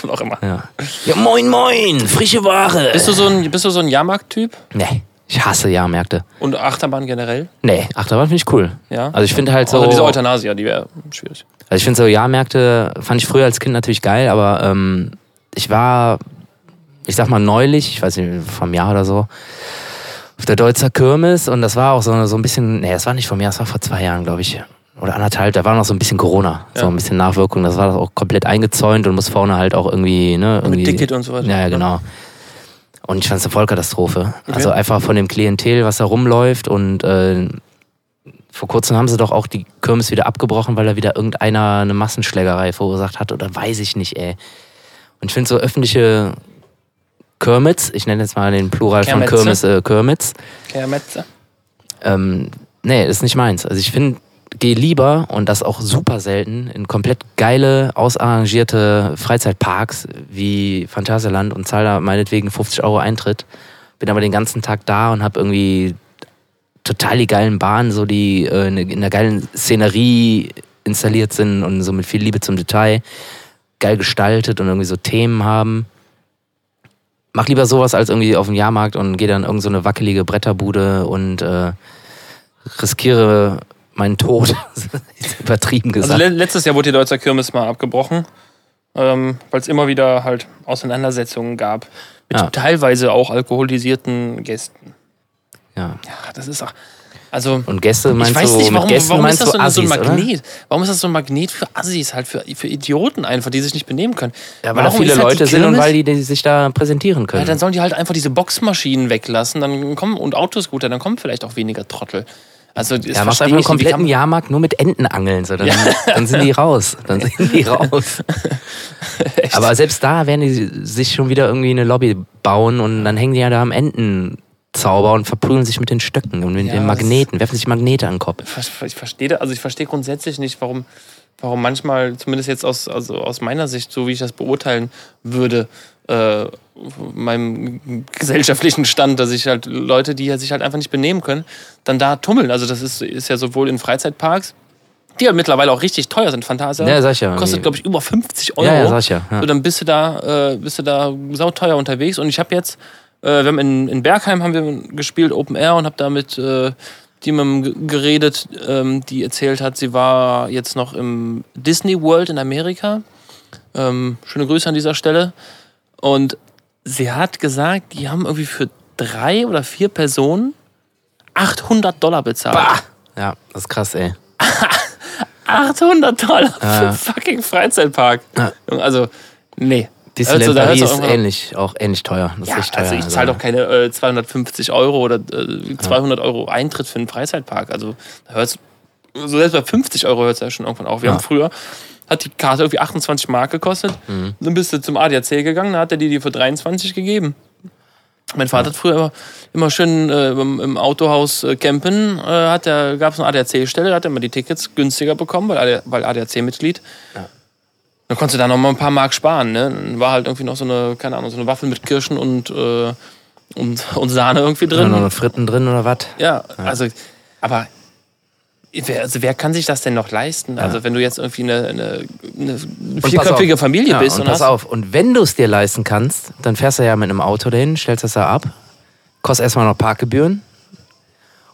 Kommt auch immer.
Ja. ja, moin, moin, frische Ware.
Bist du so ein, bist du so ein Jahrmarkt-Typ?
Nee, ich hasse Jahrmärkte.
Und Achterbahn generell?
Nee, Achterbahn finde ich cool.
Ja.
Also ich finde halt so...
Außer diese Euthanasia, die wäre schwierig.
Also ich finde so Jahrmärkte, fand ich früher als Kind natürlich geil, aber ähm, ich war, ich sag mal neulich, ich weiß nicht, vom Jahr oder so, auf der Deutzer Kirmes und das war auch so, so ein bisschen, nee, das war nicht vom Jahr, das war vor zwei Jahren, glaube ich. Oder anderthalb, da war noch so ein bisschen Corona, so
Ja.
ein bisschen Nachwirkung. Das war auch komplett eingezäunt und muss vorne halt auch irgendwie, ne, irgendwie.
Mit Ticket und so weiter.
Ja, ja, genau. Und ich fand's eine Vollkatastrophe. Also einfach von dem Klientel, was da rumläuft. Und äh, vor kurzem haben sie doch auch die Kirmes wieder abgebrochen, weil da wieder irgendeiner eine Massenschlägerei verursacht hat oder weiß ich nicht, ey. Und ich finde so öffentliche Kirmes, ich nenne jetzt mal den Plural
Kirmese.
von Kirmes, äh, Kirmes,
Kermetze.
ähm, nee, ist nicht meins. Also ich finde, geh lieber und das auch super selten in komplett geile, ausarrangierte Freizeitparks wie Phantasialand und zahl da meinetwegen 50 Euro Eintritt. Bin aber den ganzen Tag da und hab irgendwie total die geilen Bahnen, so die äh, in in einer geilen Szenerie installiert sind und so mit viel Liebe zum Detail, geil gestaltet und irgendwie so Themen haben. Mach lieber sowas als irgendwie auf dem Jahrmarkt und geh dann in irgend so eine wackelige Bretterbude und äh, riskiere meinen Tod. Das ist Übertrieben
Also
gesagt.
le letztes Jahr wurde die Deutzer Kirmes mal abgebrochen, ähm, weil es immer wieder halt Auseinandersetzungen gab. Mit
Ja.
teilweise auch alkoholisierten Gästen.
ja.
Ja, das ist auch. Also,
Und Gäste meinst
ich weiß
du,
nicht, warum,
mit Gästen
warum ist
meinst
das so,
du Assis,
so ein
oder?
Magnet? Warum ist das so ein Magnet für Assis, halt für, für Idioten einfach, die sich nicht benehmen können?
Ja, weil da
warum
viele
ist halt die
Leute sind und
Kirmes-
weil die, die sich da präsentieren
Ja,
können.
dann sollen die halt einfach diese Boxmaschinen weglassen dann kommen, und Autoscooter, dann kommen vielleicht auch weniger Trottel. Also, das
Ja, machst einfach
verstehe
einen
ich nicht, wie kann
kompletten
man-
Jahrmarkt nur mit Enten angeln. So, dann, dann sind die raus. Dann sind die raus. Aber selbst da werden die sich schon wieder irgendwie eine Lobby bauen und dann hängen die ja da am Entenzauber und verprügeln sich mit den Stöcken und mit
Ja,
den
das-
Magneten, werfen sich Magnete an den Kopf.
Ver- ich verstehe, da- also ich verstehe grundsätzlich nicht, warum, warum manchmal, zumindest jetzt aus, also aus meiner Sicht, so wie ich das beurteilen würde, äh, meinem gesellschaftlichen Stand, dass ich halt Leute, die ja sich halt einfach nicht benehmen können, dann da tummeln. Also das ist, ist ja sowohl in Freizeitparks, die ja mittlerweile auch richtig teuer sind, Fantasia.
Ja, sag ich ja.
Kostet, glaube ich, über 50 Euro.
Ja, ja, sag ich ja, ja.
So, dann bist du da, äh, bist du da sauteuer unterwegs. Und ich habe jetzt, äh, wir haben in, in Bergheim haben wir gespielt, Open Air, und habe da mit äh, jemandem g- geredet, ähm, die erzählt hat, sie war jetzt noch im Disney World in Amerika. Ähm, schöne Grüße an dieser Stelle. Und sie hat gesagt, die haben irgendwie für drei oder vier Personen 800 Dollar bezahlt.
Ja, das ist krass, ey.
800 Dollar
Ah.
für fucking Freizeitpark. Also, nee.
Disneyland
also, da hört's
Paris
auch
ist
irgendwann-
ähnlich, auch ähnlich teuer. Das
Ja,
ist echt teuer.
also ich zahle doch keine äh, 250 Euro oder äh, 200 Euro Eintritt für einen Freizeitpark. Also da hört's, so selbst bei 50 Euro hört es ja schon irgendwann auf. Wir haben früher, hat die Karte irgendwie 28 Mark gekostet. Dann bist du zum ADAC gegangen, da hat er dir die für 23 gegeben. Mein Vater hat früher immer, immer schön äh, im, im Autohaus äh, campen, äh, hat er, gab es eine ADAC-Stelle, da hat er immer die Tickets günstiger bekommen, weil, AD weil ADAC-Mitglied. Dann konntest du da noch mal ein paar Mark sparen, ne? Dann war halt irgendwie noch so eine, keine Ahnung, so eine Waffel mit Kirschen und, äh, und, und Sahne irgendwie
Da
drin.
noch eine Fritten drin oder was?
Ja, also, aber wer, also wer kann sich das denn noch leisten? Also, wenn du jetzt irgendwie eine, eine, eine
Und pass
vierköpfige
auf.
Familie
ja,
bist
und,
und,
pass
hast.
auf. Und wenn du es dir leisten kannst, dann fährst du ja mit einem Auto dahin, stellst das da ab, kostet erstmal noch Parkgebühren.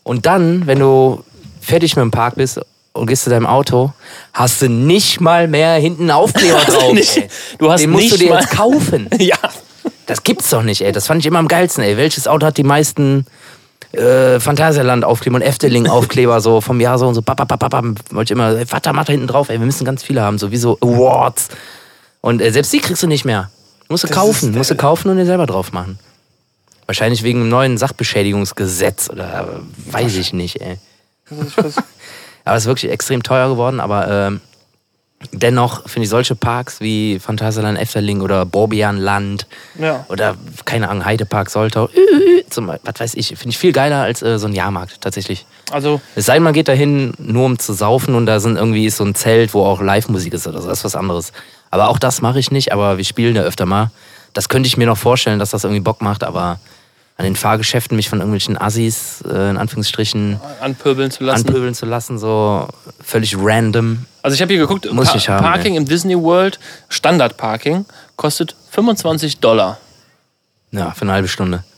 Und dann, wenn du fertig mit dem Park bist und gehst zu deinem Auto, hast du nicht mal mehr hinten einen Aufkleber drauf.
Also nicht-
ey.
du hast
Den musst du
nicht
dir
mal-
jetzt kaufen.
Ja,
Das gibt's doch nicht, ey. Das fand ich immer am geilsten, ey. Welches Auto hat die meisten äh, Phantasialand Aufkleber und Efteling Aufkleber so vom Jahr so und so. Bap, bap, bap, bap, bap. wollte ich immer, ey, Vater, mach da hinten drauf, ey, wir müssen ganz viele haben, so wie so Awards. Und äh, selbst die kriegst du nicht mehr. Musst du
Das
kaufen,
ist-
musst du kaufen und dir selber drauf machen. Wahrscheinlich wegen dem neuen Sachbeschädigungsgesetz oder äh, weiß ich nicht, ey.
Also
Aber es ist wirklich extrem teuer geworden, aber ähm, dennoch finde ich solche Parks wie Phantasialand Efteling oder Borbianland
Ja.
oder keine Ahnung, Heidepark Soltau, zum, Beispiel, was weiß ich, finde ich viel geiler als äh, so ein Jahrmarkt tatsächlich.
Also,
Es sei denn, man geht dahin nur um zu saufen und da sind irgendwie ist so ein Zelt, wo auch Live-Musik ist oder so, das ist was anderes. Aber auch das mache ich nicht, aber wir spielen da öfter mal. Das könnte ich mir noch vorstellen, dass das irgendwie Bock macht, aber an den Fahrgeschäften mich von irgendwelchen Assis, äh, in Anführungsstrichen,
anpöbeln zu lassen.
anpöbeln zu lassen, so völlig random.
Also ich habe hier geguckt,
Muss ich haben,
Parking im Disney World, Standard-Parking, kostet 25 Dollar.
Ja, für eine halbe Stunde.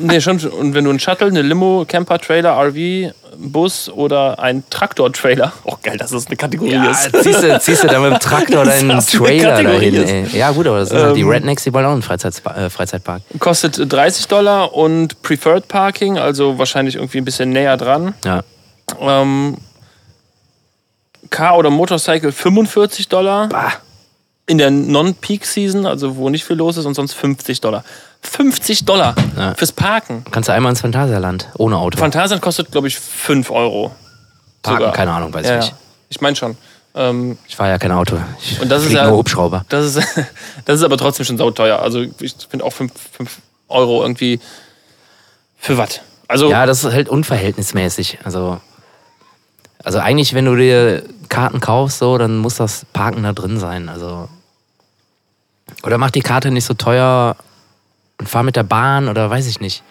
Nee, schon. Und wenn du einen Shuttle, eine Limo, Camper, Trailer, RV, Bus oder einen Traktor-Trailer. Oh geil, dass das eine Kategorie
Ja,
ist.
ziehst du, ziehst du da mit dem Traktor
Das
deinen
ist eine
Trailer
Kategorie
dahin, ey. Ja, gut, aber das sind halt die
Ähm.
Rednecks, die wollen auch einen Freizeitspa äh, Freizeitpark.
Kostet 30 Dollar und Preferred Parking, also wahrscheinlich irgendwie ein bisschen näher dran.
Ja.
Ähm, Car oder Motorcycle 45 Dollar. In der Non-Peak-Season, also wo nicht viel los ist, und sonst 50 Dollar. 50 Dollar
Ja.
fürs Parken.
Kannst du einmal ins Phantasialand ohne Auto
Phantasialand kostet, glaube ich, 5 Euro.
parken?
sogar.
Keine Ahnung, weiß ich
Ja,
nicht.
ja. ich meine schon. Ähm,
Ich fahre ja kein Auto. Ich
Und das ist
flieg
ja-
nur Hubschrauber.
Das ist, das ist aber trotzdem schon sauteuer. Also ich finde auch 5 Euro irgendwie für was. Also
Ja, das ist halt unverhältnismäßig. Also, also eigentlich, wenn du dir Karten kaufst, so, dann muss das Parken da drin sein. Also, oder mach die Karte nicht so teuer und fahr mit der Bahn oder weiß ich nicht.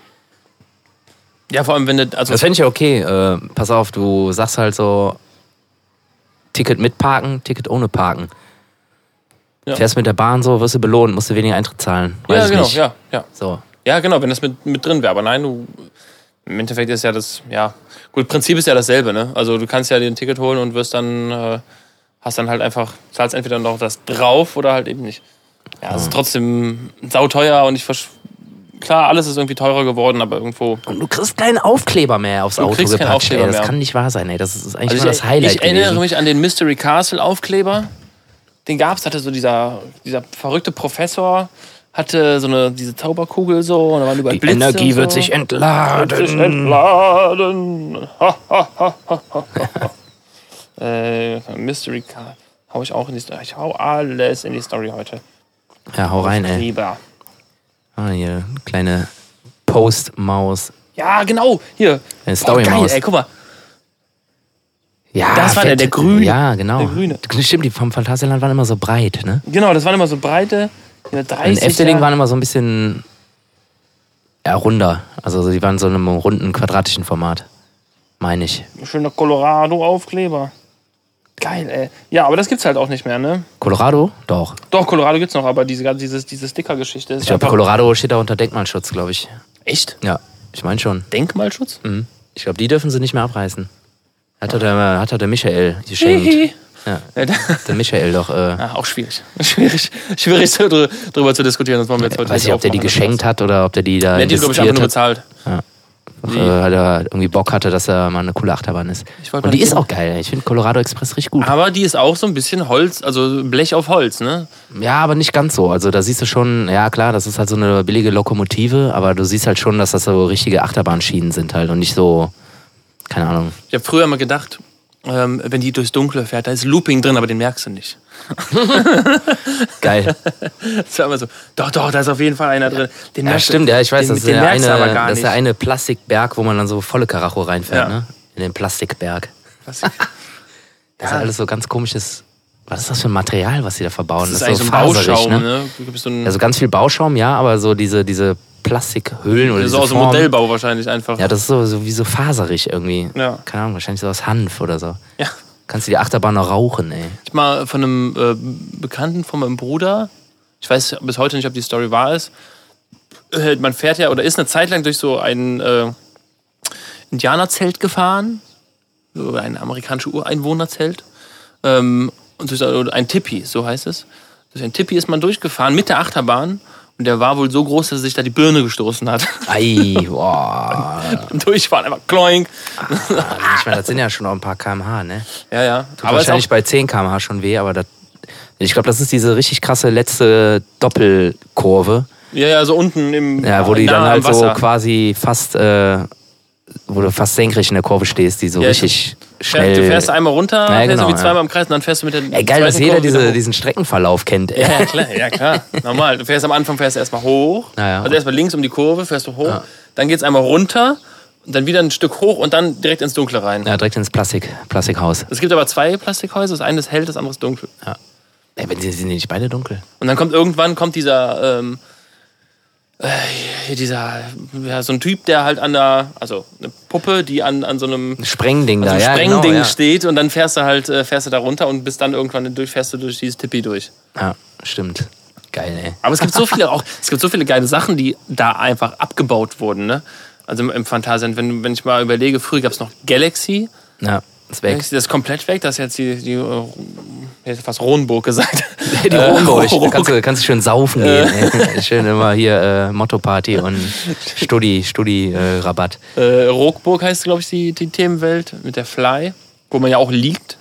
ja, vor allem wenn du, also
Das fände ich ja okay. Äh, pass auf, du sagst halt so: Ticket mit Parken, Ticket ohne Parken.
Ja.
Fährst mit der Bahn so, wirst du belohnt, musst du weniger Eintritt zahlen. Weiß
ja,
ich
genau,
nicht.
ja, ja.
So.
Ja, genau, wenn das mit, mit drin wäre. Aber nein, du, im Endeffekt ist ja das, ja, gut, Prinzip ist ja dasselbe, ne? Also du kannst ja dir ein Ticket holen und wirst dann, äh, hast dann halt einfach, zahlst entweder noch das drauf oder halt eben nicht. Ja, es ist trotzdem sauteuer und ich, versch- klar, alles ist irgendwie teurer geworden, aber irgendwo,
Und du kriegst keinen Aufkleber mehr aufs Auto
kriegst keinen
gepatscht. Ey,
Aufkleber
das
mehr.
kann nicht wahr sein, ey. Das ist eigentlich
Also
mal das Highlight.
ich erinnere
gewesen.
mich an den Mystery Castle Aufkleber. Den gab's, hatte so dieser, dieser verrückte Professor, hatte so eine diese Zauberkugel so und da waren überall
Die
Blitze
Energie
und
wird
so.
sich entladen.
Wird sich entladen. Ha, ha, ha, ha, ha, ha. äh, Mystery Castle. Hau ich auch in die Story. Ich hau alles in die Story heute.
Ja, hau rein, ey.
Lieber.
Ah, hier, kleine Post-Maus. Äh,
Ja, genau. Hier.
Eine
Boah, geil,
Story-Maus.
ey, guck mal.
Ja,
Das war der-
fett.
der Grüne.
Ja, genau.
Der Grüne.
Stimmt, die vom Phantasialand waren immer so breit, ne?
Genau, das waren immer so breite. hier 30
In Efteling
Jahre-
waren immer so ein bisschen ja, runder. Also so, die waren so in einem runden, quadratischen Format. Meine ich.
Schöner Colorado-Aufkleber. Geil, ey. Ja, aber das gibt's halt auch nicht mehr, ne?
Colorado? Doch.
Doch, Colorado gibt's noch, aber diese, ganze- dieses, diese Sticker-Geschichte ist
Ich glaube,
einfach-
Colorado steht da unter Denkmalschutz, glaube ich.
Echt?
Ja, ich meine schon.
Denkmalschutz?
Mhm. Ich glaube, die dürfen sie nicht mehr abreißen. Hat er der, hat er der Michael geschenkt.
Hihi.
Ja,
Ja, da-
der Michael doch. Äh,
Ah, auch schwierig. Schwierig, schwierig so drü- drüber zu diskutieren. Das wollen wir jetzt heute
weiß ich, ob der die geschenkt hat oder ob der die da
hat. Der hat die, glaube ich, einfach
investiert
nur
hat.
bezahlt.
Äh, weil er irgendwie Bock hatte, dass er mal eine coole Achterbahn ist.
Ich wollte halt
Und die
mal-
ist auch geil. Ich finde Colorado Express richtig gut.
Aber die ist auch so ein bisschen Holz, also Blech auf Holz, ne?
Ja, aber nicht ganz so. Also da siehst du schon, ja klar, das ist halt so eine billige Lokomotive, aber du siehst halt schon, dass das so richtige Achterbahnschienen sind halt und nicht so, keine Ahnung.
Ich habe früher mal gedacht, ähm, wenn die durchs Dunkle fährt, da ist Looping drin, aber den merkst du nicht.
Geil.
Das war immer so, doch, doch, da ist auf jeden Fall einer drin. Den
Ja,
merkst du-
stimmt, ja, ich weiß,
den,
das ist
den
der eine,
merkst du aber gar
das ist
nicht.
der eine Plastikberg, wo man dann so volle Karacho reinfährt,
Ja.
ne? In den Plastikberg.
Was ich-
Das ist alles so ganz komisches. Was ist das für ein Material, was sie da verbauen?
Das ist eigentlich so ein Bauschaum, ne? Du bist so ein,
Also ganz viel Bauschaum, ja, aber so diese, diese Plastikhüllen oder
das ist
diese
auch so ein
Form.
Modellbau wahrscheinlich einfach.
Ja, das ist so, so wie so faserig irgendwie.
Ja.
Keine Ahnung, wahrscheinlich so aus Hanf oder so.
Ja.
Kannst du die Achterbahn noch rauchen, ey.
Ich hab mal von einem äh, Bekannten von meinem Bruder, ich weiß bis heute nicht, ob die Story wahr ist, äh, man fährt ja oder ist eine Zeit lang durch so ein äh, Indianerzelt gefahren, so ein amerikanisches Ureinwohnerzelt, ähm, und durch so ein Tipi, so heißt es. Durch ein Tipi ist man durchgefahren mit der Achterbahn Und der war wohl so groß, dass er sich da die Birne gestoßen hat.
Ei, boah.
Beim Durchfahren einfach kloink.
Also ich meine, das sind ja schon auch ein paar kmh, ne?
Ja, ja.
Tut
es ist
wahrscheinlich bei 10 kmh schon weh, aber das, ich glaube, das ist diese richtig krasse letzte Doppelkurve,
auch, ja, ja, so unten im
ja, wo die
nah
dann
am
halt so
Wasser.
quasi fast, äh, wo du fast senkrecht in der Kurve stehst, die so
Ja, ich-
richtig
Fähr-
schnell.
Du fährst einmal runter,
Ja,
fährst
genau,
irgendwie
ja.
zweimal im Kreis und dann fährst du mit der.
Ey, geil, dass
zweiten
jeder
Kurve wieder
diese,
hoch.
diesen Streckenverlauf kennt. ey.
Ja, klar, ja, klar. Normal. Du fährst am Anfang fährst du erstmal hoch.
Ja, ja.
Also erstmal links um die Kurve, fährst du hoch. Dann geht's einmal runter und dann wieder ein Stück hoch und dann direkt ins Dunkle rein.
Ja, direkt ins Plastik, Plastikhaus.
Es gibt aber zwei Plastikhäuser. Das eine ist hell, das andere ist dunkel.
Ey, wenn sie sind die nicht beide dunkel.
Und dann kommt irgendwann kommt dieser, ähm, äh, hier dieser, ja, so ein Typ, der halt an der, also eine Puppe, die an, an so einem
Sprengding
so
da,
einem
ja.
Also Sprengding
genau, ja.
steht und dann fährst du halt, äh, fährst du da runter und bist dann irgendwann durch, fährst du durch dieses Tippi durch.
ja, Ah, stimmt. Geil, ey.
Aber es gibt so viele auch, es gibt so viele geile Sachen, die da einfach abgebaut wurden, ne? Also im, im Phantasialand, wenn, wenn ich mal überlege, früher gab es noch Galaxy.
Ja, ist weg.
Galaxy das ist komplett weg, das ist jetzt die, die äh, ich hätte fast Ronenburg gesagt.
Die
Äh,
Romburg.
Ro-
Da kannst du, kannst du schön saufen gehen. ey. schön immer hier äh, Motto-Party und Studi, Studi-Rabatt.
Äh, Rockburg heißt, glaube ich, die, die Themenwelt mit der Fly, wo man ja auch liegt.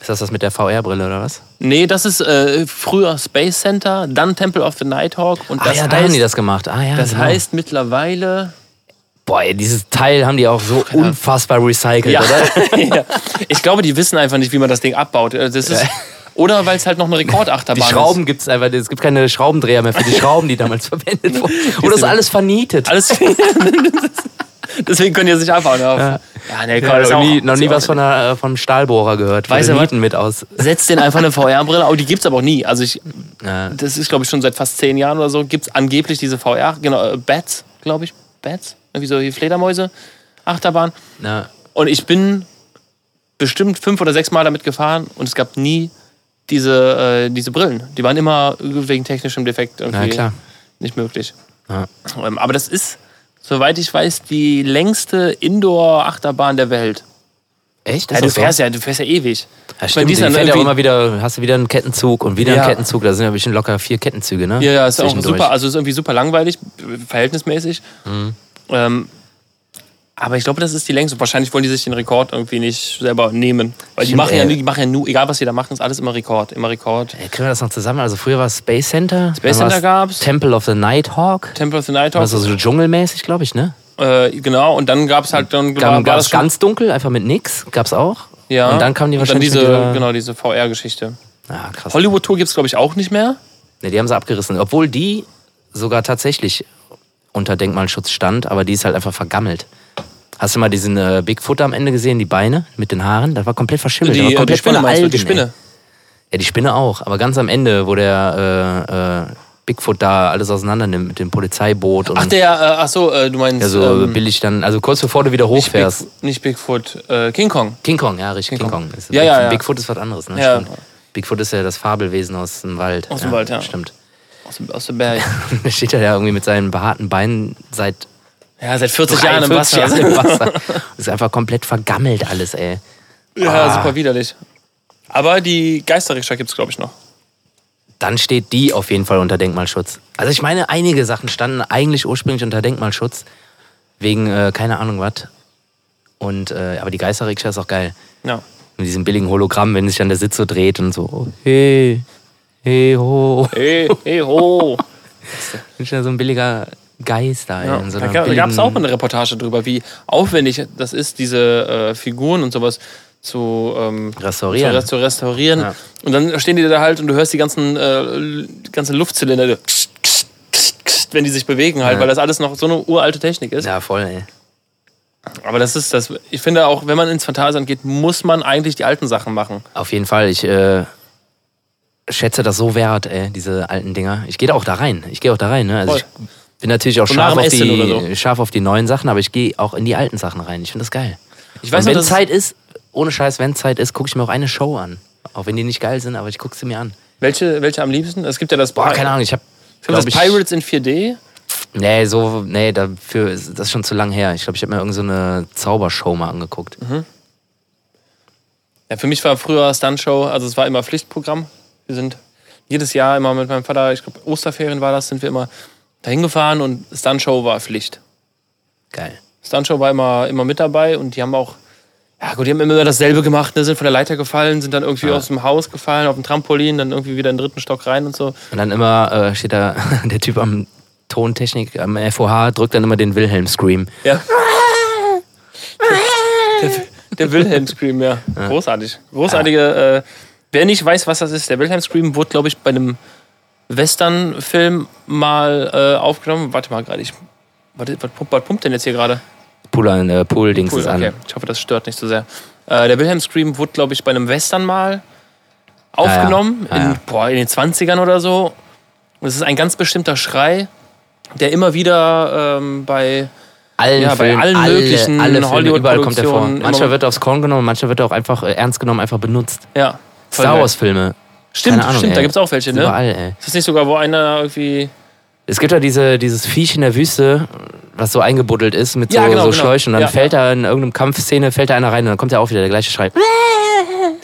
ist das das mit der VR-Brille oder was?
Nee, das ist äh, früher Space Center, dann Temple of the Nighthawk und
Ah
das
ja, da haben
heißt,
die das gemacht. Ah ja,
das
genau.
heißt mittlerweile.
Boah, ey, dieses Teil haben die auch so unfassbar recycelt,
Ja.
oder?
ja. Ich glaube, die wissen einfach nicht, wie man das Ding abbaut. Äh, Das ist, Oder weil es halt noch eine
Die
Rekordachterbahn
Schrauben gibt's einfach, es gibt keine Schraubendreher mehr für die Schrauben, die damals verwendet wurden. Oder ist alles vernietet.
ist. Alles Deswegen können die es nicht abbauen. Ja, ja nee, komm,
Ja,
das Also ist
noch
auch-
nie, noch
ist
nie
auch-
was von einer, äh, vom Stahlbohrer gehört.
Weißt du was?
Nieten mit aus.
Setzt den einfach eine VR-Brille, aber die gibt es aber auch nie. Also ich,
Ja.
das ist, glaube ich, schon seit fast zehn Jahren oder so, gibt es angeblich diese VR, genau, äh, Bats, glaube ich, Bats, irgendwie so hier Fledermäuse, Achterbahn.
Ja.
Und ich bin bestimmt fünf oder sechs Mal damit gefahren und es gab nie diese, äh, diese Brillen. Die waren immer wegen technischem Defekt irgendwie
Na klar.
nicht möglich.
Ja.
Ähm, Aber das ist, soweit ich weiß, die längste Indoor-Achterbahn der Welt.
Echt?
Ja,
Ist
du,
das so?
fährst ja, du fährst ja ewig.
Ja,
meine,
stimmt.
die
Die
ist dann
fährt ja auch
irgendwie-
immer wieder, hast du wieder einen Kettenzug und wieder
Ja.
einen Kettenzug. Da sind ja bestimmt locker vier Kettenzüge, ne?
Ja, ja, ist auch
Zwischendurch.
super. Also ist irgendwie super langweilig, b- verhältnismäßig.
Mhm.
Ähm, aber ich glaube, das ist die längste. Wahrscheinlich wollen die sich den Rekord irgendwie nicht selber nehmen. Weil die
Stimmt,
machen, ja,
ey.
nie- die machen ja nur, egal was sie da machen, ist alles immer Rekord. Immer Rekord.
Ey, kriegen wir das noch zusammen? Also früher war es Space Center.
Space
dann
Center
war's
gab's.
Temple of the Nighthawk.
Temple of the Night Hawk.
Also so dschungelmäßig, glaube ich, ne?
Äh, genau, und dann gab es halt dann war- war
Gab,
das
gab's
schon-
ganz dunkel, einfach mit nix. Gab's auch.
ja,
Und dann kamen die
und
wahrscheinlich
Dann diese,
mit dieser-
genau, diese VR-Geschichte.
Ah, krass.
Hollywood-Tour gibt es, glaube ich, auch nicht mehr.
Ne, die haben sie abgerissen. Obwohl die sogar tatsächlich unter Denkmalschutz stand, aber die ist halt einfach vergammelt. Hast du mal diesen äh, Bigfoot am Ende gesehen, die Beine mit den Haaren? Das war komplett verschimmelt. das war
Die, äh,
komplett
die Spinne,
voller
meinst du?
Algen,
Die Spinne.
Ey. Ja, die Spinne auch. Aber ganz am Ende, wo der äh, äh, Bigfoot da alles auseinander nimmt mit dem Polizeiboot und
Ach, der, äh, ach so, äh, du meinst.
ja, so billig dann, also kurz bevor du wieder
nicht, Big,
hochfährst.
nicht Bigfoot, äh, King Kong.
King Kong, ja, richtig. King,
King
Kong.
Kong.
Ist
Ja,
Big,
ja, ja.
Bigfoot ist was anderes, ne?
Ja.
Stimmt. Figfoot ist ja das Fabelwesen aus dem Wald.
Aus dem Wald, ja.
Stimmt.
Aus, dem- aus dem Berg.
Da steht er ja irgendwie mit seinen behaarten Beinen seit
Ja, seit 40 Jahren im
43
Wasser.
Jahren im Wasser. ist einfach komplett vergammelt alles, ey.
Ja, super widerlich. Aber die Geisterrikscha gibt es, glaube ich, noch.
Dann steht die auf jeden Fall unter Denkmalschutz. Also ich meine, einige Sachen standen eigentlich ursprünglich unter Denkmalschutz. Wegen, äh, keine Ahnung was. Und, äh, aber die Geisterrikscha ist auch geil.
Ja.
Mit diesem billigen Hologramm, wenn sich dann der Sitz so dreht und so, oh, hey, hey, ho.
Hey, hey, ho.
Ist ja so ein billiger Geist da.
Ja.
in so
da
einer
gab es
billigen-
auch mal eine Reportage drüber, wie aufwendig das ist, diese äh, Figuren und sowas zu, ähm,
Restaurieren.
zu, res- zu restaurieren.
Ja.
Und dann stehen die da halt und du hörst die ganzen, äh, die ganzen Luftzylinder, die kst, kst, kst, kst, wenn die sich bewegen halt,
Ja.
weil das alles noch so eine uralte Technik ist.
Ja, voll, ey.
Aber das ist das. Ich finde auch, wenn man ins Phantasialand geht, muss man eigentlich die alten Sachen machen.
Auf jeden Fall, ich äh, schätze das so wert, ey, diese alten Dinger. Ich gehe da auch da rein. Ich gehe auch da rein, ne? Also ich
Voll.
bin natürlich auch
So nach
scharf
dem
auf,
Essen
die,
oder
scharf auf die neuen Sachen, aber ich gehe auch in die alten Sachen rein. Ich finde das geil.
Ich weiß
Und
noch,
wenn
dass-
Zeit ist, ohne Scheiß, wenn Zeit ist, gucke ich mir auch eine Show an. Auch wenn die nicht geil sind, aber ich gucke sie mir an.
Welche, welche am liebsten? Es gibt ja das,
Boah, keine Ahnung, ich habe.
Ich glaub, das Pirates in 4D.
Nee, so, nee, dafür ist das ist schon zu lang her. Ich glaube, ich habe mir irgendeine so eine Zaubershow mal angeguckt.
Mhm. Ja, für mich war früher Stuntshow, also es war immer Pflichtprogramm. Wir sind jedes Jahr immer mit meinem Vater, ich glaube Osterferien war das, sind wir immer dahin gefahren und Stuntshow war Pflicht.
Geil.
Stuntshow war immer, immer mit dabei und die haben auch, ja gut, die haben immer dasselbe gemacht, ne? sind von der Leiter gefallen, sind dann irgendwie
Ja.
aus dem Haus gefallen, auf dem Trampolin, dann irgendwie wieder in den dritten Stock rein und so.
Und dann immer äh, steht da der Typ am Tontechnik, am FOH, drückt dann immer den Wilhelm-Scream.
Ja. Der, der Wilhelm Scream, ja. Großartig. Großartige. Äh, wer nicht weiß, was das ist, der Wilhelm Scream wurde, glaube ich, bei einem Western-Film mal äh, aufgenommen. Warte mal gerade, ich. Was, was, pumpt- was pumpt denn jetzt hier gerade?
Pool an, äh, Pool-Dings
Cool,
ist an.
okay. Ich hoffe, das stört nicht so sehr. Äh, der Wilhelm Scream wurde, glaube ich, bei einem Western mal aufgenommen,
Ja, ja.
In, boah, in den 20ern oder so. Und es ist ein ganz bestimmter Schrei, der immer wieder ähm, bei
Allen
Ja, bei
Filmen,
allen
alle,
möglichen
alle Filme, überall kommt er vor.
Hollywood-Produktionen
Manchmal
immer-
wird er aufs Korn genommen, manchmal wird er auch einfach äh, ernst genommen, einfach benutzt.
ja, voll
Star
geil.
Wars-Filme.
Stimmt,
Keine Ahnung,
stimmt, da
ey.
gibt es auch welche, ne?
Überall, ey.
Ist das nicht sogar, wo einer irgendwie.
Es gibt ja diese, dieses Viech in der Wüste, was so eingebuddelt ist mit so,
Ja, genau,
so
genau.
Schläuchen. Und dann
Ja,
fällt da in irgendeinem Kampfszene, fällt da einer rein und dann kommt ja auch wieder der gleiche Schrei.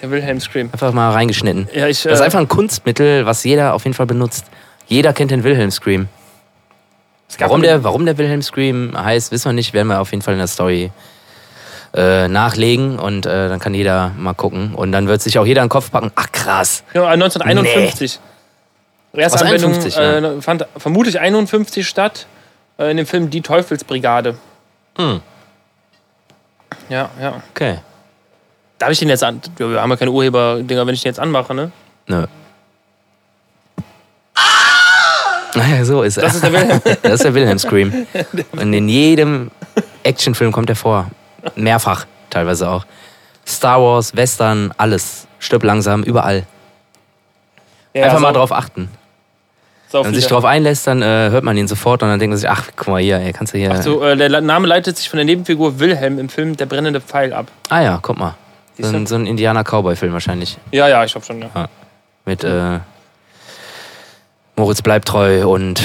Der Wilhelm Scream.
Einfach mal reingeschnitten.
Ja, ich.
Das ist
äh,
einfach ein Kunstmittel, was jeder auf jeden Fall benutzt. Jeder kennt den Wilhelm Scream.
es gab
Warum
eine-
der, warum der Wilhelm Scream heißt, wissen wir nicht. Werden wir auf jeden Fall in der Story äh, nachlegen und äh, dann kann jeder mal gucken. Und dann wird sich auch jeder in den Kopf packen. Ach krass.
Genau, 1951. Erste
Aus
Anwendung
51,
äh, fand vermutlich 51 statt äh, in dem Film Die Teufelsbrigade.
Hm.
Ja, ja.
Okay.
Darf ich den jetzt an. Ja, Wir haben ja keine Urheber-Dinger, wenn ich den jetzt anmache, ne?
Nö. Naja, so ist er.
Das ist der Wilhelm.
Das ist der Wilhelm Scream. Und in jedem Actionfilm kommt er vor. Mehrfach, teilweise auch. Star Wars, Western, alles. Stirb langsam, überall.
Ja,
Einfach
ja,
mal
sau-
drauf achten.
sau
Wenn man sich
viele.
drauf einlässt, dann äh, hört man ihn sofort und dann denkt man sich, ach, guck mal hier, ey, kannst du hier.
So, äh, der Le- Name leitet sich von der Nebenfigur Wilhelm im Film Der brennende Pfeil ab.
Ah ja, guck mal. So
Siehst du?
ein, so ein Indianer-Cowboy-Film wahrscheinlich.
Ja, ja, ich hab schon, ja.
Mit äh, Moritz bleibt treu und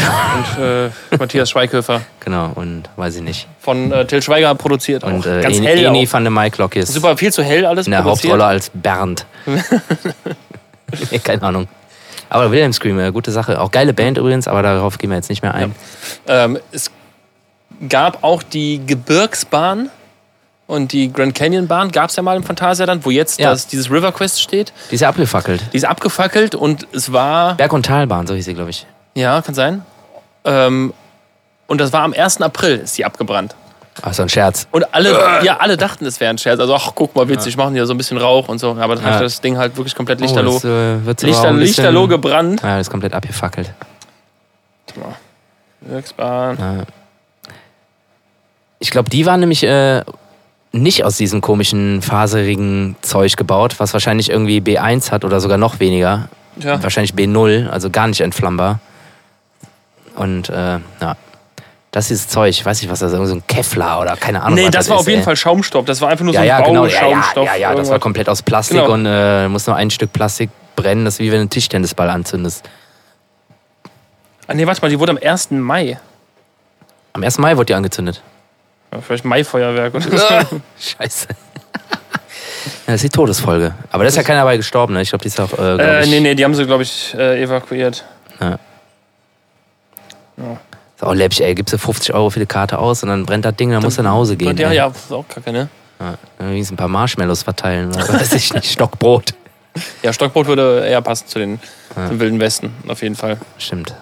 Und äh, Matthias Schweighöfer
genau, und weiß ich nicht.
von äh, Till Schweiger produziert. Auch.
Und äh,
Ganz
Eni,
hell.
Eni
auch.
van der Maiklok ist
Super viel zu hell alles
in der
produziert.
Hauptrolle als Bernd. Nee, Keine Ahnung. Aber Wilhelm Scream, äh, gute Sache. Auch geile Band übrigens, aber darauf gehen wir jetzt nicht mehr ein.
Ähm, es gab auch die Gebirgsbahn und die Grand Canyon Bahn, gab es ja mal im Phantasialand, wo jetzt
Ja.
das, dieses River Quest steht.
Die ist ja abgefackelt.
Die ist abgefackelt und es war,
Berg- und Talbahn, so hieß sie, glaube ich.
ja, kann sein. Ähm, und das war am 1. April, ist die abgebrannt.
Ach, so ein Scherz.
Und alle, ja, alle dachten, es wäre ein Scherz. Also, ach, guck mal, witzig, machen hier so ein bisschen Rauch und so. Aber dann
Ja.
hat das Ding halt wirklich komplett
Oh,
lichterloh,
das, äh, wird's aber auch
Lichter,
ein bisschen-
lichterloh gebrannt.
Ja, das ist komplett abgefackelt.
Gebirgsbahn.
Ich glaube, die waren nämlich äh, nicht aus diesem komischen, faserigen Zeug gebaut, was wahrscheinlich irgendwie B1 hat oder sogar noch weniger.
Ja.
Wahrscheinlich B0, also gar nicht entflammbar. Und äh, ja, das ist Zeug, ich weiß nicht, was das ist, irgend so ein Kevlar oder keine Ahnung.
Nee,
was
das war
ist,
auf jeden
ey.
Fall Schaumstoff. Das war einfach nur
Ja,
so ein
ja, genau. Ja, ja,
Bauschaumstoff.
ja, ja, das war
irgendwas.
komplett aus Plastik
Genau.
und äh, muss nur ein Stück Plastik brennen. Das ist wie wenn du einen Tischtennisball anzündest.
Ah, nee, warte mal, die wurde am 1. Mai.
Am 1. Mai wurde die angezündet.
Ja, vielleicht Maifeuerwerk oder so. Äh,
Scheiße. Ja, das ist die Todesfolge. Aber da ist ja keiner dabei gestorben, ne? Ich glaube, die ist auch. Äh, glaub
äh,
ich,
nee, nee, die haben sie, glaube ich, äh, evakuiert.
Ist auch läppig, oh, ey. Gibst du 50 Euro für die Karte aus und dann brennt das Ding, dann musst du nach Hause gehen.
ja,
ey.
ja, ist auch kacke, ne?
Ja, Dann wenigstens ein paar Marshmallows verteilen oder weiß ich nicht. Stockbrot.
Ja, Stockbrot würde eher passen zu den zum Wilden Westen, auf jeden Fall.
Stimmt.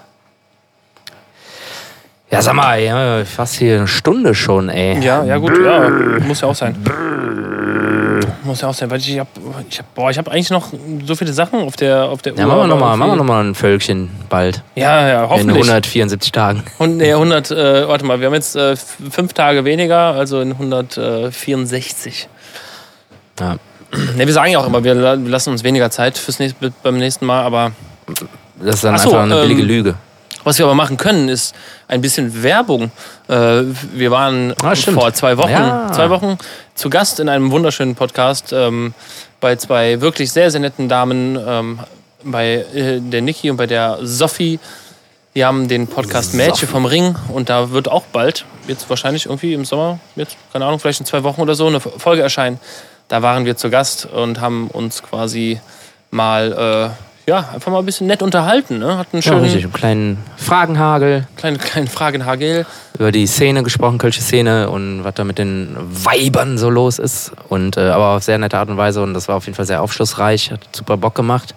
Ja, sag mal, ja, fast hier eine Stunde schon, ey.
Ja, ja, gut, ja, muss ja auch sein. Muss ja auch sein, weil ich hab, ich hab, boah, ich hab eigentlich noch so viele Sachen auf der, auf der
Ja, machen wir nochmal noch mal ein Völkchen bald.
Ja, ja,
In
hoffentlich.
174 Tagen.
Und, nee, 100, äh, warte mal, wir haben jetzt äh, f- fünf Tage weniger, also in 164.
Ja.
Ne, wir sagen ja auch immer, wir la- wir lassen uns weniger Zeit fürs nächste, beim nächsten Mal, aber
Das ist dann
Ach so,
einfach eine billige
ähm,
Lüge.
Was wir aber machen können, ist ein bisschen Werbung. Äh, Wir waren
Ah, stimmt.
vor zwei Wochen,
Ja.
zwei Wochen zu Gast in einem wunderschönen Podcast ähm, bei zwei wirklich sehr, sehr netten Damen, ähm, bei äh, der Niki und bei der Sophie. Die haben den Podcast Mädchen vom Ring und da wird auch bald, jetzt wahrscheinlich irgendwie im Sommer, jetzt, keine Ahnung, vielleicht in zwei Wochen oder so, eine Folge erscheinen. Da waren wir zu Gast und haben uns quasi mal äh, ja, einfach mal ein bisschen nett unterhalten. Ne? Hat einen
Ja,
schönen
richtig. Einen kleinen Fragenhagel
kleinen, kleinen Fragenhagel.
über die Szene gesprochen, kölsche Szene und was da mit den Weibern so los ist. Und äh, aber auf sehr nette Art und Weise und das war auf jeden Fall sehr aufschlussreich, hat super Bock gemacht.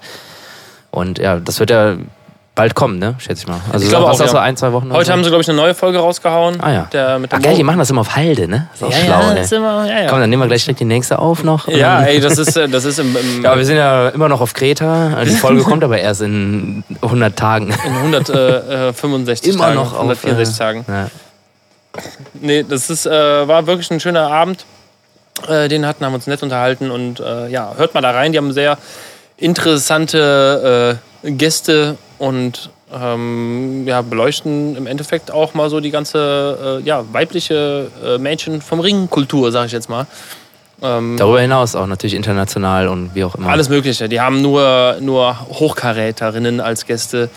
Und ja, das wird ja bald kommen, ne? Schätze ich mal. Also
Ich glaube
was
auch,
auch so
ja.
ein, zwei Wochen. oder
Heute
so.
haben sie, glaube ich, eine neue Folge rausgehauen.
Ah ja.
Der, mit dem
Ach geil, die
Mo-
machen das immer auf Halde, ne? Ist auch
ja,
schlau,
ja,
ne?
ist immer, ja, ja.
Komm, dann nehmen wir gleich direkt die nächste auf noch. und
ja,
dann-
ey, das ist, äh, das ist im, im
Ja, wir sind ja immer noch auf Kreta. Die Folge kommt aber erst in 100 Tagen.
Mhm. 165
Immer
äh, Tagen,
noch auf,
164
äh,
Tagen.
Ja.
Nee, das ist, äh, war wirklich ein schöner Abend. Äh, den hatten, haben uns nett unterhalten und äh, ja, hört mal da rein. Die haben sehr interessante äh, Gäste und ähm, ja, beleuchten im Endeffekt auch mal so die ganze äh, ja, weibliche äh, Mädchen vom Ringkultur, sag ich jetzt mal. Ähm,
Darüber hinaus auch natürlich international und wie auch immer.
alles Mögliche. Die haben nur, nur Hochkaräterinnen als Gäste.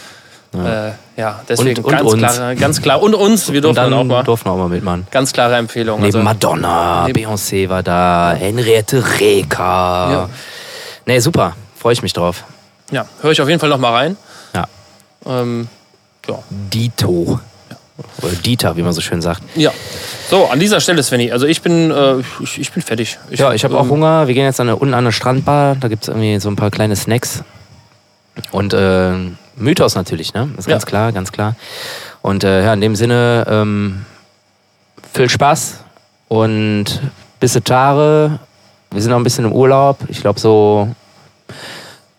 Ja, äh, ja deswegen
Und- und
ganz,
uns.
klar, ganz klar. Und uns, wir
und
durften
dann
dann auch mal.
durften wir auch mal mitmachen.
Ganz klare Empfehlung.
Neben
Also,
Madonna,
neben-
Beyoncé war da, Henriette Reker.
Ja.
Nee, super. Freue ich mich drauf.
ja, höre ich auf jeden Fall noch mal rein.
Ja.
Ähm,
Dito. Oder Dieter, wie man so schön sagt.
ja. So, an dieser Stelle, Svenny. Also ich bin, äh, ich, ich bin fertig. Ich,
Ja, ich habe auch
ähm,
Hunger. Wir gehen jetzt an eine, unten an eine Strandbar. Da gibt es irgendwie so ein paar kleine Snacks. Und äh, Mythos natürlich, ne? Ist ganz
Ja.
klar, ganz klar. Und äh, ja, in dem Sinne, ähm, viel Spaß und bis zu Tare. Wir sind noch ein bisschen im Urlaub. Ich glaube, so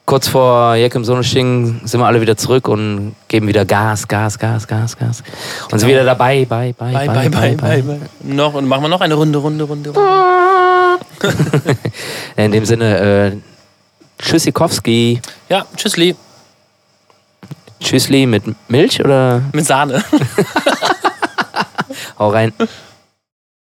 kurz vor Jack im Sonnenschein sind wir alle wieder zurück und geben wieder Gas, Gas, Gas, Gas, Gas. Und sind
Genau.
wieder dabei. Bye, bye,
Bye, bye, bye, bye, bye. Noch und machen wir noch eine Runde, Runde, Runde. Runde.
In dem Sinne, äh, Tschüssikowski.
Ja, tschüssli.
Tschüssli mit Milch oder
Mit Sahne.
hau rein.